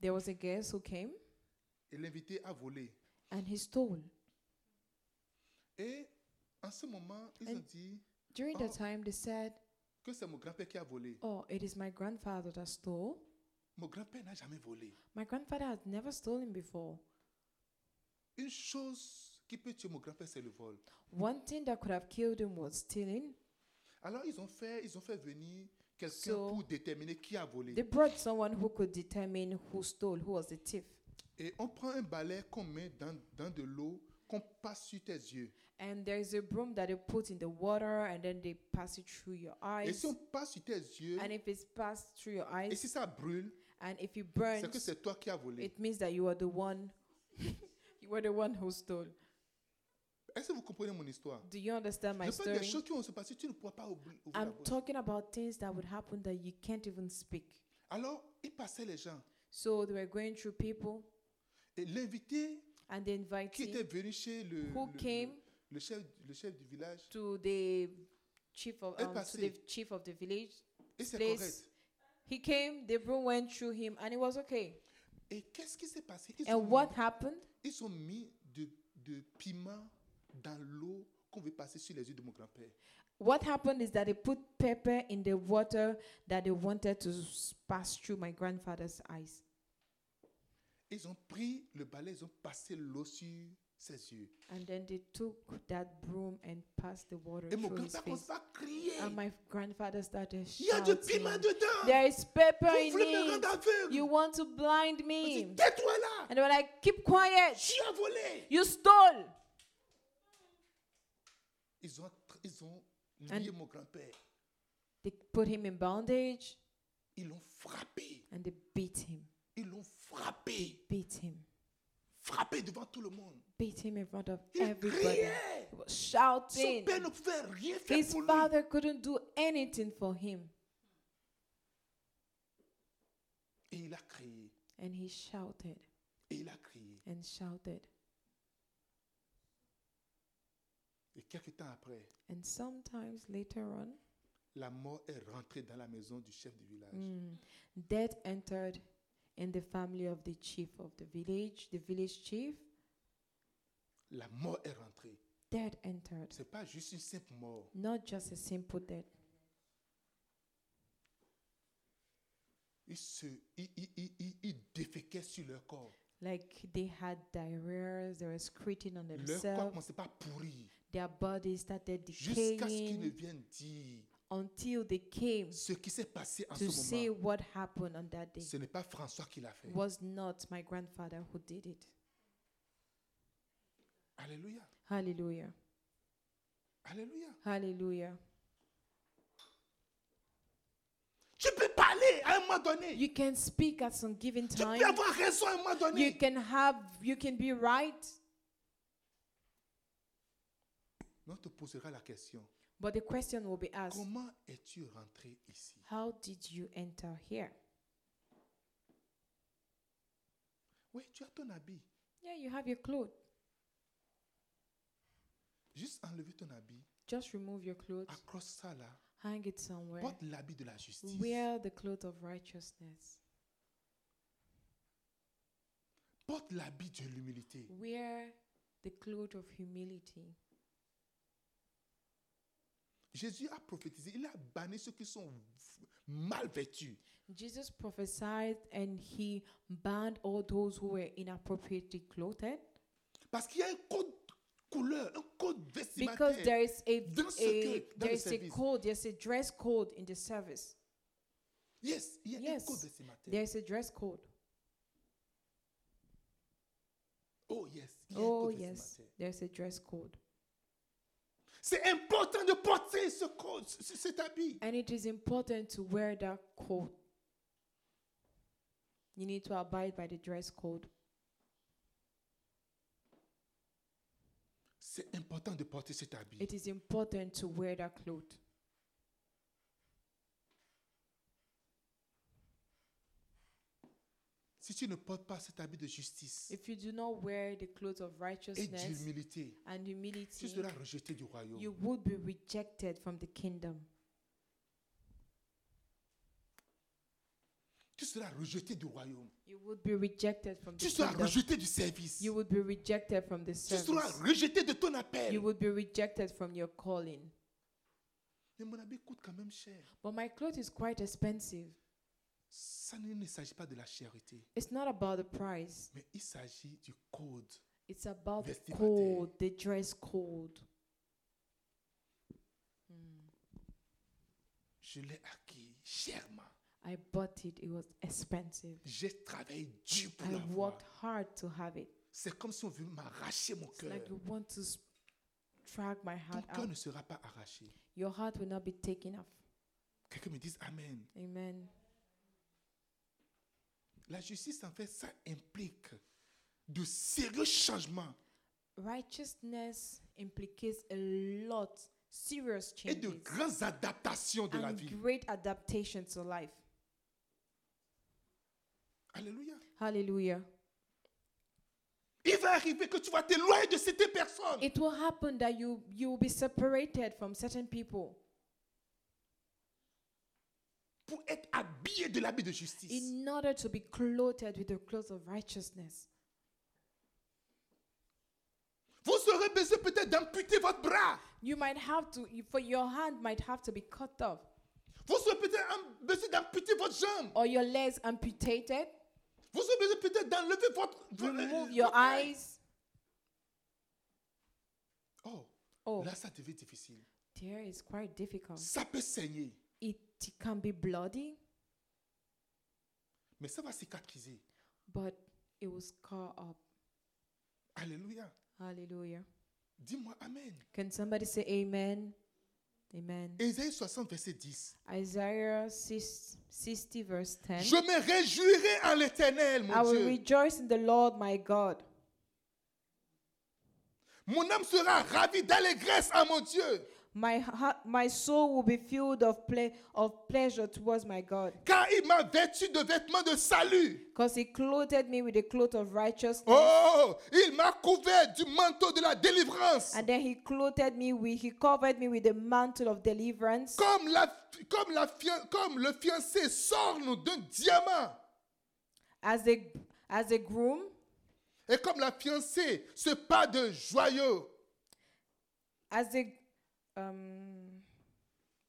A: there was a guest who came
B: et l'invité a volé.
A: and he stole.
B: Et en ce moment, ils
A: And-
B: ont dit
A: During the
B: Oh.
A: time, they said,
B: que c'est mon grand-père qui a volé.
A: Oh, it is my grandfather that stole.
B: Mon grand-père n'a jamais volé.
A: My grandfather had never stolen before.
B: Une chose qui peut tuer mon grand-père, c'est le vol.
A: One thing that could have killed him was stealing.
B: Alors ils ont fait, ils ont fait venir quelqu'un
A: So-
B: pour déterminer qui a volé.
A: They brought someone who could determine who stole, who was the thief.
B: Et on prend un balai qu'on met dans, dans de l'eau, qu'on passe sur tes yeux.
A: And there is a broom that they put in the water and then they pass it through your
B: Et
A: eyes.
B: si on passe sur tes yeux,
A: And if it's passed through your
B: et
A: eyes
B: si ça brûle,
A: and if it
B: c'est que
A: burns,
B: c'est toi qui as volé.
A: it means that you are the one you were the one who stole.
B: Est-ce que vous comprenez mon histoire
A: Do you understand my
B: Je parle des
A: story?
B: choses qui vont se passer, tu ne pourras pas oublier. ouvrir la
A: I'm
B: bouche.
A: talking about things that would happen that you can't even speak.
B: Alors, il passait les gens.
A: So they were going through people
B: Et l'invité
A: and they
B: qui
A: invited
B: était venu chez le,
A: who
B: le- le-
A: came
B: le chef, le chef du village,
A: to the chief of
B: est
A: um, to
B: passé.
A: the chief of the village.
B: et c'est
A: place.
B: correct.
A: He came, the broom went through him and it was okay.
B: Et qu'est-ce qui s'est passé ils ont,
A: And what happened?
B: ils ont mis de, de piment dans l'eau qu'on veut passer sur les yeux de mon grand-père.
A: What happened is that they put pepper in the water that they wanted to s- pass through my grandfather's eyes.
B: Ils ont pris le balai, ils ont passé l'eau sur ses yeux.
A: And then they took that broom and passed the water
B: Et mon
A: through his
B: grand-père commence
A: face.
B: à crier.
A: And my grandfather started
B: Il y a du
A: shouting,
B: piment dedans.
A: There is pepper
B: Vous
A: in
B: voulez me
A: it.
B: rendre aveugle.
A: You want to blind
B: On dit,
A: me.
B: Tais-toi là.
A: And they were like, keep quiet.
B: Tu as volé.
A: You stole.
B: Ils ont, tra- ils ont
A: And-
B: lié mon grand-père.
A: They put him in bondage
B: Ils l'ont frappé.
A: and they beat him.
B: Ils l'ont frappé.
A: Beat him.
B: Frappé devant tout le monde.
A: Beat him in front of
B: Il
A: everybody.
B: criait.
A: He was
B: Son
A: shouting.
B: père ne pouvait rien faire
A: His
B: pour lui.
A: father couldn't do anything for him.
B: Et il a crié.
A: And he shouted
B: Et il a crié.
A: and shouted.
B: Et quelques temps après,
A: And sometimes later on,
B: la mort est rentrée dans la maison du chef du village.
A: mm, death entered in the family of the chief of the village, the village chief.
B: La mort est rentrée.
A: Death entered.
B: C'est pas juste une simple mort.
A: Not just a simple death.
B: Ils, se, ils, ils- ils- ils- ils déféquaient sur leur corps.
A: Like they had diarrhea, they were screeching on
B: Leur corps
A: themselves.
B: commençait pas à pourrir.
A: Their bodies started
B: Jusqu'à ce qu'ils ne
A: decaying
B: viennent dire
A: until they came
B: ce qui s'est passé en
A: to
B: ce
A: see
B: moment.
A: what happened on that day.
B: Ce n'est pas François qui l'a fait.
A: Was not my grandfather who did it.
B: Alléluia.
A: Hallelujah.
B: Alléluia.
A: Hallelujah.
B: Tu peux parler à un moment donné.
A: You can speak at some given
B: Tu
A: time.
B: peux avoir raison à un moment
A: You
B: donné.
A: can have, you can be right.
B: Mais on te posera la question.
A: But the question will be asked
B: Comment es-tu rentré ici
A: How did you enter here?
B: Oui, tu as ton habit.
A: Yeah, you have your clothes.
B: Juste enlever ton habit.
A: Just remove your clothes,
B: Accroche ça là.
A: hang it somewhere.
B: Porte l'habit de la justice.
A: Wear the clothes of righteousness.
B: Porte l'habit de l'humilité.
A: Wear the clothes of humility.
B: Jésus a prophétisé. Il a banni ceux qui sont v- mal vêtus.
A: Jesus prophesied and he banned all those who were inappropriately clothed
B: Parce qu'il y a un code couleur, un code
A: because
B: vestimentaire.
A: there is a,
B: Dans ce
A: a
B: que- dans
A: there is
B: le
A: a
B: service.
A: code, there's a dress code in the service.
B: Yes, il y a
A: Yes.
B: un code vestimentaire.
A: There's a dress code.
B: Oh yes, il y a un
A: Oh
B: code
A: yes,
B: vestimentaire.
A: there's a dress code.
B: C'est important de porter ce code, ce- ce- cet habit.
A: And it is important to wear that code. You need to abide by the dress code.
B: C'est important de porter cet habit.
A: It is important to wear that cloth.
B: Si tu ne portes pas cet habit de justice
A: If you do not wear the clothes of
B: et
A: righteousness
B: d'humilité,
A: and
B: tu
A: humility,
B: seras rejeté du royaume.
A: you would be rejected from the kingdom.
B: Tu seras rejeté du royaume.
A: You would be rejected from the
B: Tu seras
A: kingdom.
B: rejeté du service.
A: You would be rejected from the
B: Tu seras
A: service.
B: rejeté de ton
A: You
B: appel.
A: would be rejected from your calling.
B: Mais mon habit coûte quand même cher.
A: But my cloth is quite expensive.
B: Ça ne ne s'agit pas de la charité,
A: It's not about the price.
B: mais il s'agit du code.
A: It's about the
B: Vestimentaire.
A: code, the dress code.
B: Je l'ai acquis chèrement.
A: I bought it. It was expensive.
B: J'ai travaillé dur pour
A: I
B: l'avoir.
A: worked hard to have it.
B: C'est comme si on veut m'arracher mon
A: It's
B: cœur.
A: like you want to s- drag my
B: Ton
A: heart
B: cœur
A: out.
B: ne sera pas arraché.
A: Your heart will not be taken off.
B: Quelqu'un me dise Amen.
A: Amen.
B: La justice, en fait, ça implique de sérieux changements
A: Righteousness implicates a lot serious
B: et de
A: changes
B: grandes adaptations de la
A: and
B: vie.
A: great adaptation to life.
B: Alléluia.
A: Hallelujah.
B: Il va arriver que tu vas t'éloigner de cette personne.
A: It will happen that you you will be separated from certain people
B: pour être habillé de l'habit de justice.
A: in order to be clothed with the clothes of righteousness.
B: Vous aurez besoin peut-être d'amputer votre bras.
A: You might have to for your hand might have to be cut off
B: Vous aurez peut-être am- besoin d'amputer votre jambe.
A: or your legs amputated.
B: Vous aurez besoin peut-être d'enlever votre... vo-
A: Remove
B: euh,
A: your
B: votre œil.
A: eyes.
B: Oh,
A: Oh,
B: là, ça devient difficile.
A: dear, it's quite difficult.
B: Ça peut saigner,
A: It can be bloody,
B: mais ça va cicatriser.
A: but it will scar up.
B: Alléluia.
A: Hallelujah.
B: Dis-moi Amen.
A: Can somebody say amen? Amen.
B: Ésaïe 60, verset 10.
A: Isaiah 6, 60, verse 10.
B: Je me réjouirai en l'éternel,
A: I
B: mon
A: will
B: Dieu.
A: rejoice in the Lord my God.
B: Mon âme sera ravie d'allégresse à mon Dieu,
A: My heart, my soul will be filled of ple- of pleasure towards my God,
B: car il m'a vêtu de vêtements de salut.
A: because He clothed me with the cloth of righteousness,
B: Oh, il m'a couvert du manteau de la délivrance.
A: and then He clothed me with He covered me with the mantle of deliverance,
B: Comme, la, comme, la fian- comme le fiancé s'orne d'un diamant
A: as a as a groom,
B: et comme la fiancée se pas de joyaux.
A: as a um.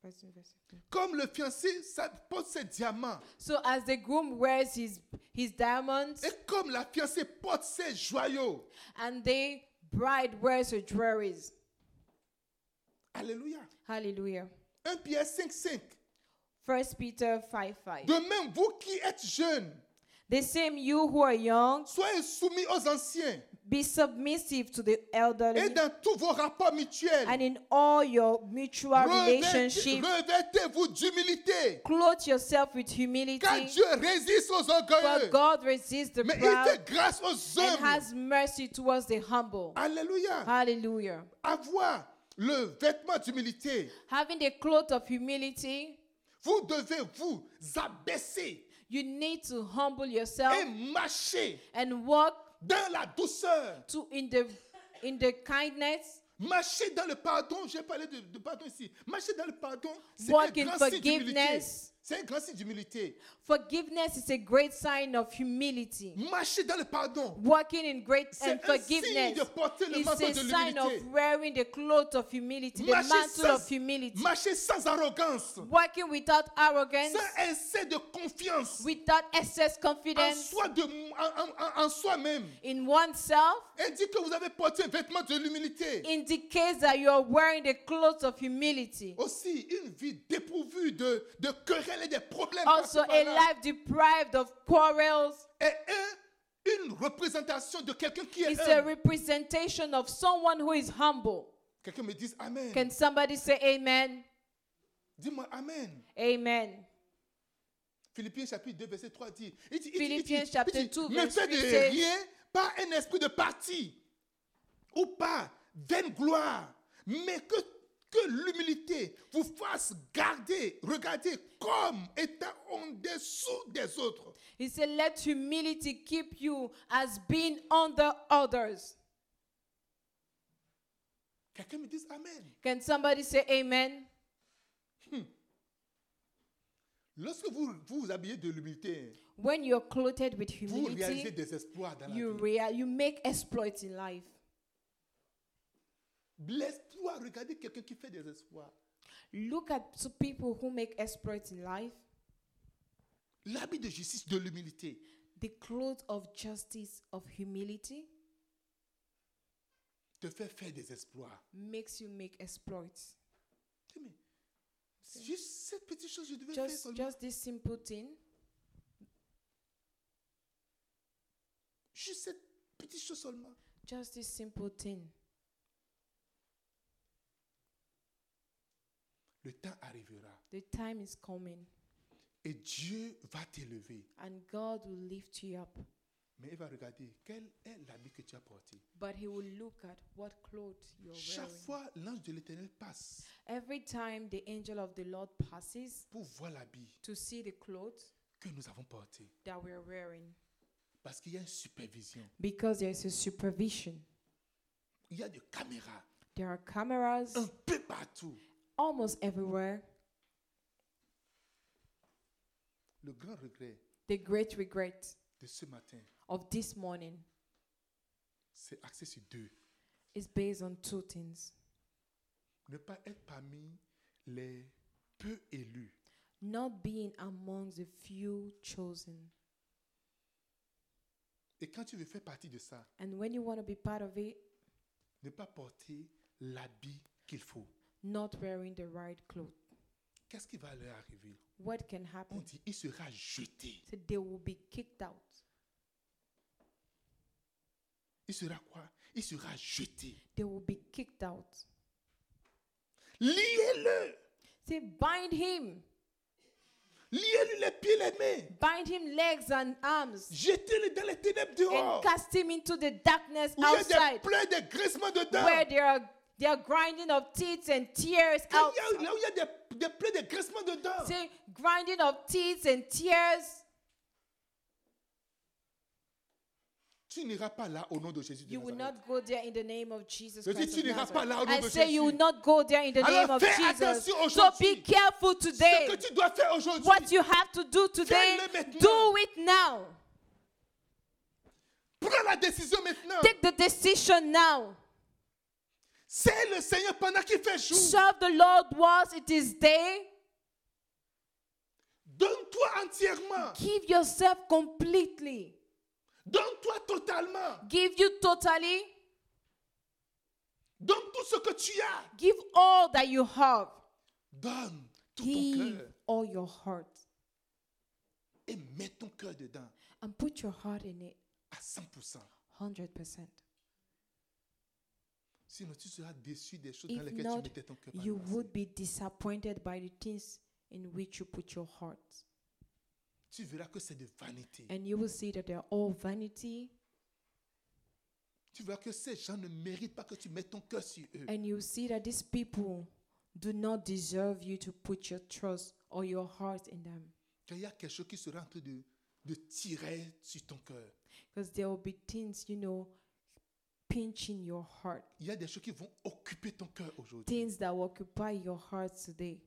A: verse in verse.
B: Comme le fiancé ça porte ses diamants
A: So as the groom wears his his diamonds,
B: et comme la fiancée porte ses joyaux.
A: and the bride wears her jewelries.
B: Alléluia.
A: Hallelujah.
B: 1 Pierre 5, 5.
A: First Peter five five.
B: De même, vous qui êtes jeunes,
A: The same you who are young
B: soyez soumis aux anciens
A: Be submissive to the elderly.
B: et dans tous vos rapports mutuels.
A: And in all your mutual
B: Revêtez-
A: relationship,
B: Revêtez-vous d'humilité,
A: clothe yourself with humility.
B: car Dieu résiste aux orgueilleux,
A: For God resists the
B: mais il
A: proud
B: fait grâce
A: and
B: aux hommes.
A: has mercy towards the humble.
B: Alléluia.
A: Hallelujah.
B: Avoir le vêtement d'humilité,
A: Having the cloth of humility,
B: vous devez vous abaisser
A: you need to humble yourself
B: et marcher
A: and walk
B: dans la douceur,
A: to in the in the kindness,
B: marcher dans le pardon. J'ai parlé de, de pardon ici. Marcher dans le pardon, c'est un
A: Walk in
B: grand signe d'humilité.
A: forgiveness.
B: C'est un grand signe d'humilité.
A: Forgiveness is a great sign of humility.
B: Marcher dans le pardon,
A: Walking in great
B: C'est
A: and
B: un signe
A: forgiveness
B: de porter le
A: is
B: manteau
A: a
B: de
A: sign of
B: l'humilité.
A: wearing the cloth of humility, the
B: Marcher
A: mantle of
B: sans-
A: humility.
B: marcher sans arrogance,
A: Walking without arrogance,
B: sans excès de confiance
A: without excess
B: en
A: confidence
B: soi de, en, en- en- en soi-même.
A: in oneself
B: Elle dit que vous avez porté un vêtement de l'humilité.
A: indicates that you are wearing the clothes of
B: Oh,
A: humility.
B: Aussi, une vie dépourvue de, de querelles et des problèmes.
A: Also,
B: par-ci,
A: a
B: par-là.
A: life deprived of quarrels
B: Et un- une représentation de quelqu'un qui
A: is
B: est
A: a
B: humble.
A: representation of someone who is humble.
B: Quelqu'un me dise Amen.
A: Can somebody say amen?
B: Dis-moi Amen.
A: Amen.
B: Philippiens chapitre 2, verset 3 dit. il dit- il dit- il dit-
A: Philippiens
B: il dit,
A: chapitre 2,
B: Ne
A: verset
B: fais
A: huit,
B: de
A: c'est-
B: rien par un esprit de parti ou par vaine gloire, mais que, que l'humilité vous fasse garder, regarder comme étant en dessous des autres.
A: He said, Let humility keep you as being under others.
B: Quelqu'un me dise Amen.
A: Can somebody say amen?
B: Lorsque vous vous, vous habillez de l'humilité, hein,
A: When you're clothed with
B: vous réalisez
A: humility,
B: des exploits dans la
A: you,
B: vie.
A: real, you make exploits in life.
B: L'espoir, regardez quelqu'un qui fait des espoirs.
A: Look at to people who make exploits in life.
B: L'habit de justice de l'humilité.
A: The clothes of justice, of humility,
B: te fait faire des espoirs.
A: makes you make exploits.
B: Tu dis, Mais, juste cette petite chose, je devais faire
A: Just,
B: seulement.
A: just this simple thing,
B: Juste cette petite chose seulement.
A: just this simple thing.
B: Le temps arrivera
A: The time is coming,
B: et Dieu va t'élever.
A: and God will lift you up.
B: Mais il va regarder quel est l'habit que tu as porté.
A: But He will look at what clothes you're
B: Chaque
A: wearing.
B: fois, l'ange de l'éternel passe
A: Every time the angel of the Lord passes
B: pour voir l'habit
A: to see the clothes
B: que nous avons porté.
A: that we're wearing,
B: Parce qu'il y a une supervision.
A: because there is a supervision.
B: Il y a des caméras
A: There are cameras
B: un peu partout.
A: almost everywhere.
B: Le grand regret
A: The great regret
B: de ce matin,
A: of this morning
B: c'est axé sur deux.
A: is based on two things
B: Ne pas être parmi les peu élus.
A: not being among the few chosen.
B: Et quand tu veux faire partie de ça,
A: And when you want to be part of it,
B: ne pas porter l'habit qu'il faut.
A: not wearing the right clothes.
B: Qu'est-ce qui va leur arriver
A: What can
B: On
A: happen?
B: dit, il sera jeté.
A: So they will be kicked out.
B: Il sera quoi Il sera jeté.
A: They will be kicked out.
B: Liez-le.
A: Say, bind him.
B: Liez-le les pieds, les mains.
A: Bind him legs and arms
B: Jetez-le dans les ténèbres dehors.
A: and cast him into the darkness
B: Où il y a des
A: outside
B: pleurs, des grincements dedans.
A: where there are, there are grinding of teeth and tears
B: Quand
A: out.
B: il y a- là où il y a des, des pleurs, des grincements dedans.
A: Say, grinding of teeth and tears.
B: Tu n'iras pas là au nom de Jésus. de
A: You will
B: Nazareth.
A: not go there in the name of Jesus
B: Je dis,
A: Christ.
B: tu
A: of
B: n'iras pas là au
A: Nazareth.
B: nom
A: I
B: de
A: say you will
B: Jésus.
A: not go there in the
B: Alors
A: name of
B: fais
A: Jesus.
B: attention
A: So be
B: aujourd'hui.
A: careful today.
B: Ce que tu dois faire aujourd'hui,
A: What you have to do today,
B: Fais-le maintenant.
A: do it now.
B: prends la décision maintenant.
A: Take the decision now.
B: C'est le Seigneur pendant qu'il fait jour.
A: Serve the Lord whilst it is day.
B: Donne-toi entièrement.
A: Give yourself completely.
B: Donne-toi totalement.
A: Give you totally.
B: Donne tout ce que tu as.
A: Give all that you have.
B: Donne tout ton
A: Give
B: cœur
A: all your heart.
B: et mets ton cœur dedans
A: And put your heart in it
B: à 100%.
A: 100%.
B: Sinon, tu seras déçu des choses
A: If
B: dans lesquelles
A: not,
B: tu mettais ton cœur. par le
A: You
B: passé.
A: would be disappointed by the things in which you put your heart.
B: Tu verras que c'est de vanité.
A: And you will see that they're all vanity.
B: Tu verras que ces gens ne méritent pas que tu mettes ton cœur sur eux.
A: And you see that these people do not deserve you to put your trust or your heart in them.
B: Quand il y a quelque chose qui sera en train de, de tirer sur ton cœur,
A: Because there will be things, you know, pinching your heart,
B: il y a des choses qui vont occuper ton cœur aujourd'hui
A: things that will occupy your heart today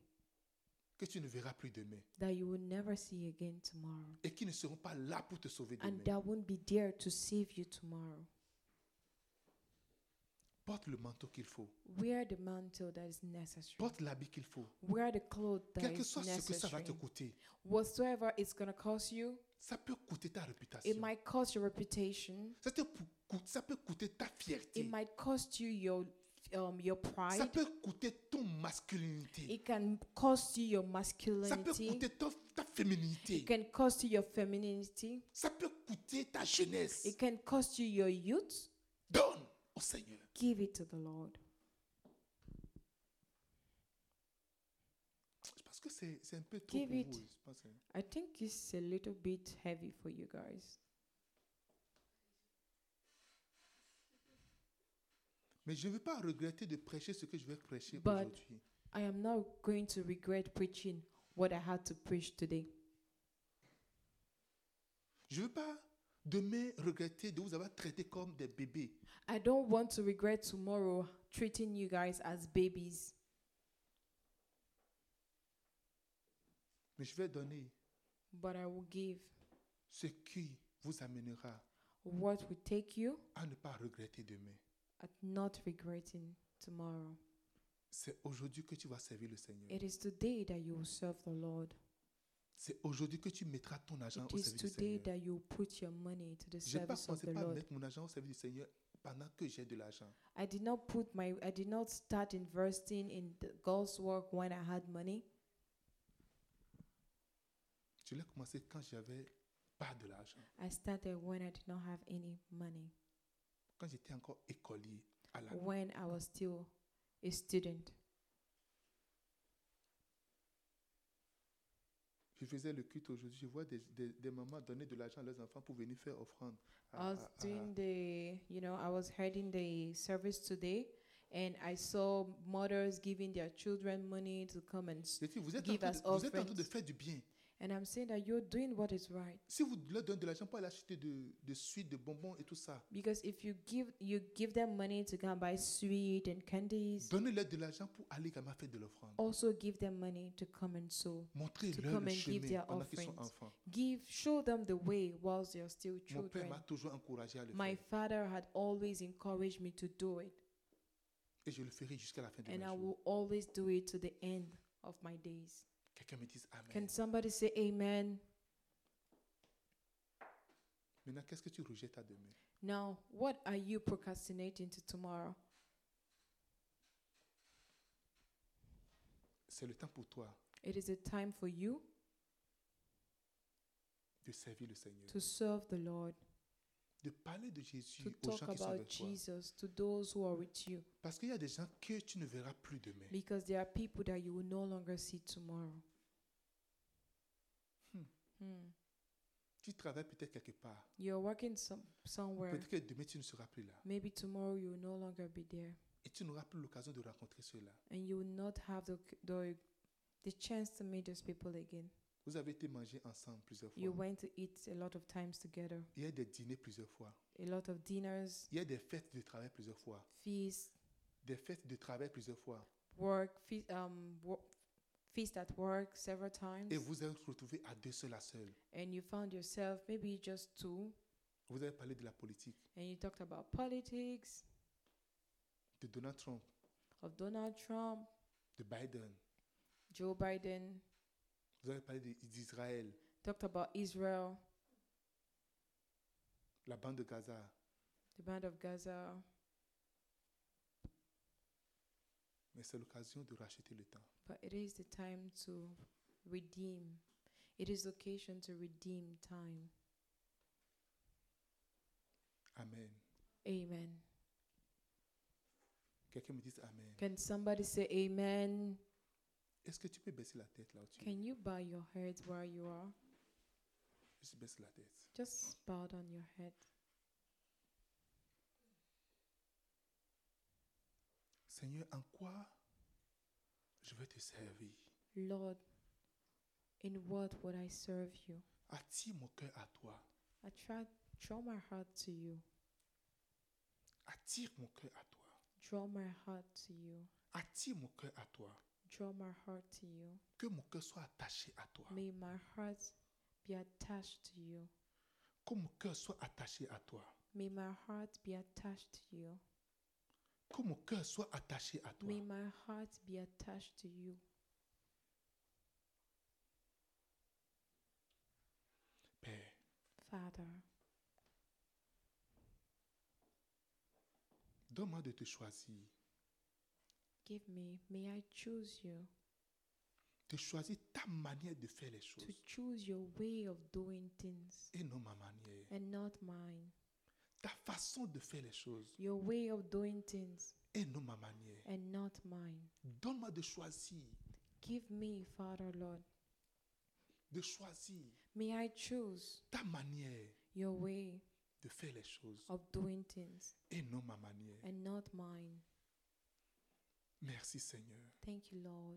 B: que tu ne verras plus demain
A: that you will never see again tomorrow.
B: et qui ne seront pas là pour te sauver
A: And
B: demain.
A: that won't be there to save you tomorrow.
B: Porte le manteau qu'il faut.
A: Wear the mantle that is necessary.
B: Porte l'habit qu'il faut.
A: Wear the clothes that
B: Quel que
A: is
B: soit ce que ça va
A: necessary.
B: te coûter,
A: Whatsoever it's gonna cost you,
B: ça peut coûter ta
A: it
B: réputation.
A: might cost your reputation.
B: Ça, te pou- coûte- ça peut coûter ta fierté.
A: It might cost you your um your
B: Ça
A: pride.
B: peut coûter ton masculinité.
A: It can cost you your
B: Ça peut
A: masculinity.
B: coûter ton- ta
A: It
B: féminité.
A: can cost you your femininity.
B: Ça peut coûter ta jeunesse.
A: It can cost you your youth.
B: Donne au Seigneur.
A: Give it to the Lord.
B: Je pense que c'est c'est un peu trop
A: Give
B: pour
A: it.
B: vous. Je pense, hein.
A: I think it's a little bit heavy for you guys.
B: Mais je ne veux pas regretter de prêcher ce que je vais prêcher
A: But-
B: aujourd'hui.
A: I am not going to regret preaching what I had to preach today.
B: Je ne veux pas demain regretter de vous avoir traité comme des bébés.
A: I don't want to regret tomorrow treating you guys as babies.
B: Mais je vais donner
A: But I will give
B: ce qui vous amènera
A: what will take you
B: à ne pas regretter demain.
A: at not regretting tomorrow.
B: C'est aujourd'hui que tu vas servir le Seigneur.
A: It is today that you will serve the Lord.
B: C'est aujourd'hui que tu mettras ton argent
A: It
B: au
A: is
B: service du
A: today
B: Seigneur.
A: that you put your money to the
B: Je n'ai pas
A: service of
B: pensé
A: the
B: pas
A: Lord.
B: mettre mon argent au service du Seigneur pendant que j'ai de l'argent.
A: I did not put my I did not start investing in the God's work when I had money.
B: Je l'ai commencé quand j'avais pas de l'argent,
A: I started when I did not have any money.
B: quand j'étais encore écolier à la
A: When I was still a student.
B: Je faisais le culte aujourd'hui, je vois des, des, des mamans donner de l'argent à leurs enfants pour venir faire offrande. à-
A: I was
B: à- à-
A: doing the you know, I was heading the service today and I saw mothers giving their children money to come and s-
B: Je dis, vous êtes, en
A: give
B: train
A: us
B: de, vous êtes en train de
A: offerings.
B: faire du bien.
A: and I'm saying that you're doing what is right.
B: Si vous leur donnez de l'argent pour aller acheter de, de suites, de bonbons et tout ça,
A: Because if you give you give them money to go and buy sweet and candies,
B: donnez-leur de l'argent pour aller également faire de l'offrande.
A: also give them money to come and sow. Oh, To
B: Montrez-leur
A: come
B: le
A: and give
B: chemin
A: their
B: pendant qu'ils sont
A: offerings.
B: enfants.
A: Give show them the way whilst they are still
B: Mon père
A: children.
B: m'a toujours encouragé à le
A: My
B: faire.
A: father had always encouraged me to do it,
B: Et je le ferai jusqu'à la fin de
A: and I
B: ma vie.
A: will always do it to the end of my days.
B: Quelqu'un me dise Amen.
A: Can somebody say amen?
B: Maintenant, qu'est-ce que tu rejettes à demain
A: Now, what are you procrastinating to tomorrow?
B: C'est le temps pour toi
A: It is a time for you
B: de servir le Seigneur,
A: to serve the Lord,
B: de parler de
A: to
B: Jésus aux
A: talk
B: gens qui sont
A: about
B: avec toi.
A: Jesus to those who are with you,
B: Parce qu'il y a des gens que tu ne verras plus demain.
A: because there are people that you will no longer see tomorrow.
B: Hmm.
A: Hmm.
B: Tu travailles peut-être quelque part.
A: You're working some, somewhere.
B: Peut-être que demain, tu ne seras plus là.
A: Maybe tomorrow you will no longer be there.
B: Et tu n'auras plus l'occasion de rencontrer ceux-là.
A: and you will not have the the, the chance to meet those people again.
B: Vous avez été manger ensemble plusieurs
A: You
B: fois.
A: went to eat a lot of times together,
B: Il y a des dîners plusieurs fois.
A: a lot of dinners,
B: Il y a des fêtes de travail plusieurs fois.
A: feast,
B: Des fêtes de travail plusieurs fois.
A: work, feast, um, wo- feast at work several times,
B: Et vous êtes retrouvés à deux seuls à seul.
A: and you found yourself maybe just two,
B: Vous avez parlé de la politique,
A: and you talked about politics
B: de Donald Trump,
A: of Donald Trump,
B: de Biden.
A: Joe Biden,
B: Vous avez parlé de- d'Israël,
A: talked about Israel,
B: la bande de Gaza.
A: the Band of Gaza,
B: Mais c'est l'occasion de racheter le temps.
A: but it is the time to redeem. It is occasion to redeem time.
B: Amen.
A: Amen.
B: Quelqu'un me dise Amen.
A: Can somebody say amen?
B: Est-ce que tu peux baisser la tête là où tu es
A: Can you bow your head where you are?
B: Juste baisse la tête.
A: Just bow down your head.
B: Seigneur, en quoi je vais te servir
A: Lord, in what would I serve you?
B: Attire mon cœur à toi.
A: I try, draw my heart to you.
B: Attire mon cœur à toi.
A: Draw my heart to you.
B: Attire mon cœur à toi.
A: Draw my heart to you.
B: Que mon cœur soit attaché à toi.
A: May my heart be attached to you.
B: Que mon cœur soit attaché à toi.
A: May my heart be attached to you.
B: Que mon cœur soit attaché à toi.
A: May my heart be attached to you.
B: Père,
A: Father,
B: donne-moi de te choisir.
A: give me, may I choose you,
B: De choisir ta manière de faire les choses
A: to choose your way of doing things
B: et non ma manière.
A: and not mine.
B: Ta façon de faire les choses
A: Your way of doing things
B: et non ma manière.
A: and not mine.
B: Donne-moi de choisir.
A: Give me, Father Lord,
B: De choisir
A: may I choose
B: ta manière
A: your way
B: de faire les choses
A: of doing things
B: et non ma manière.
A: and not mine.
B: Merci Seigneur.
A: Thank you, Lord.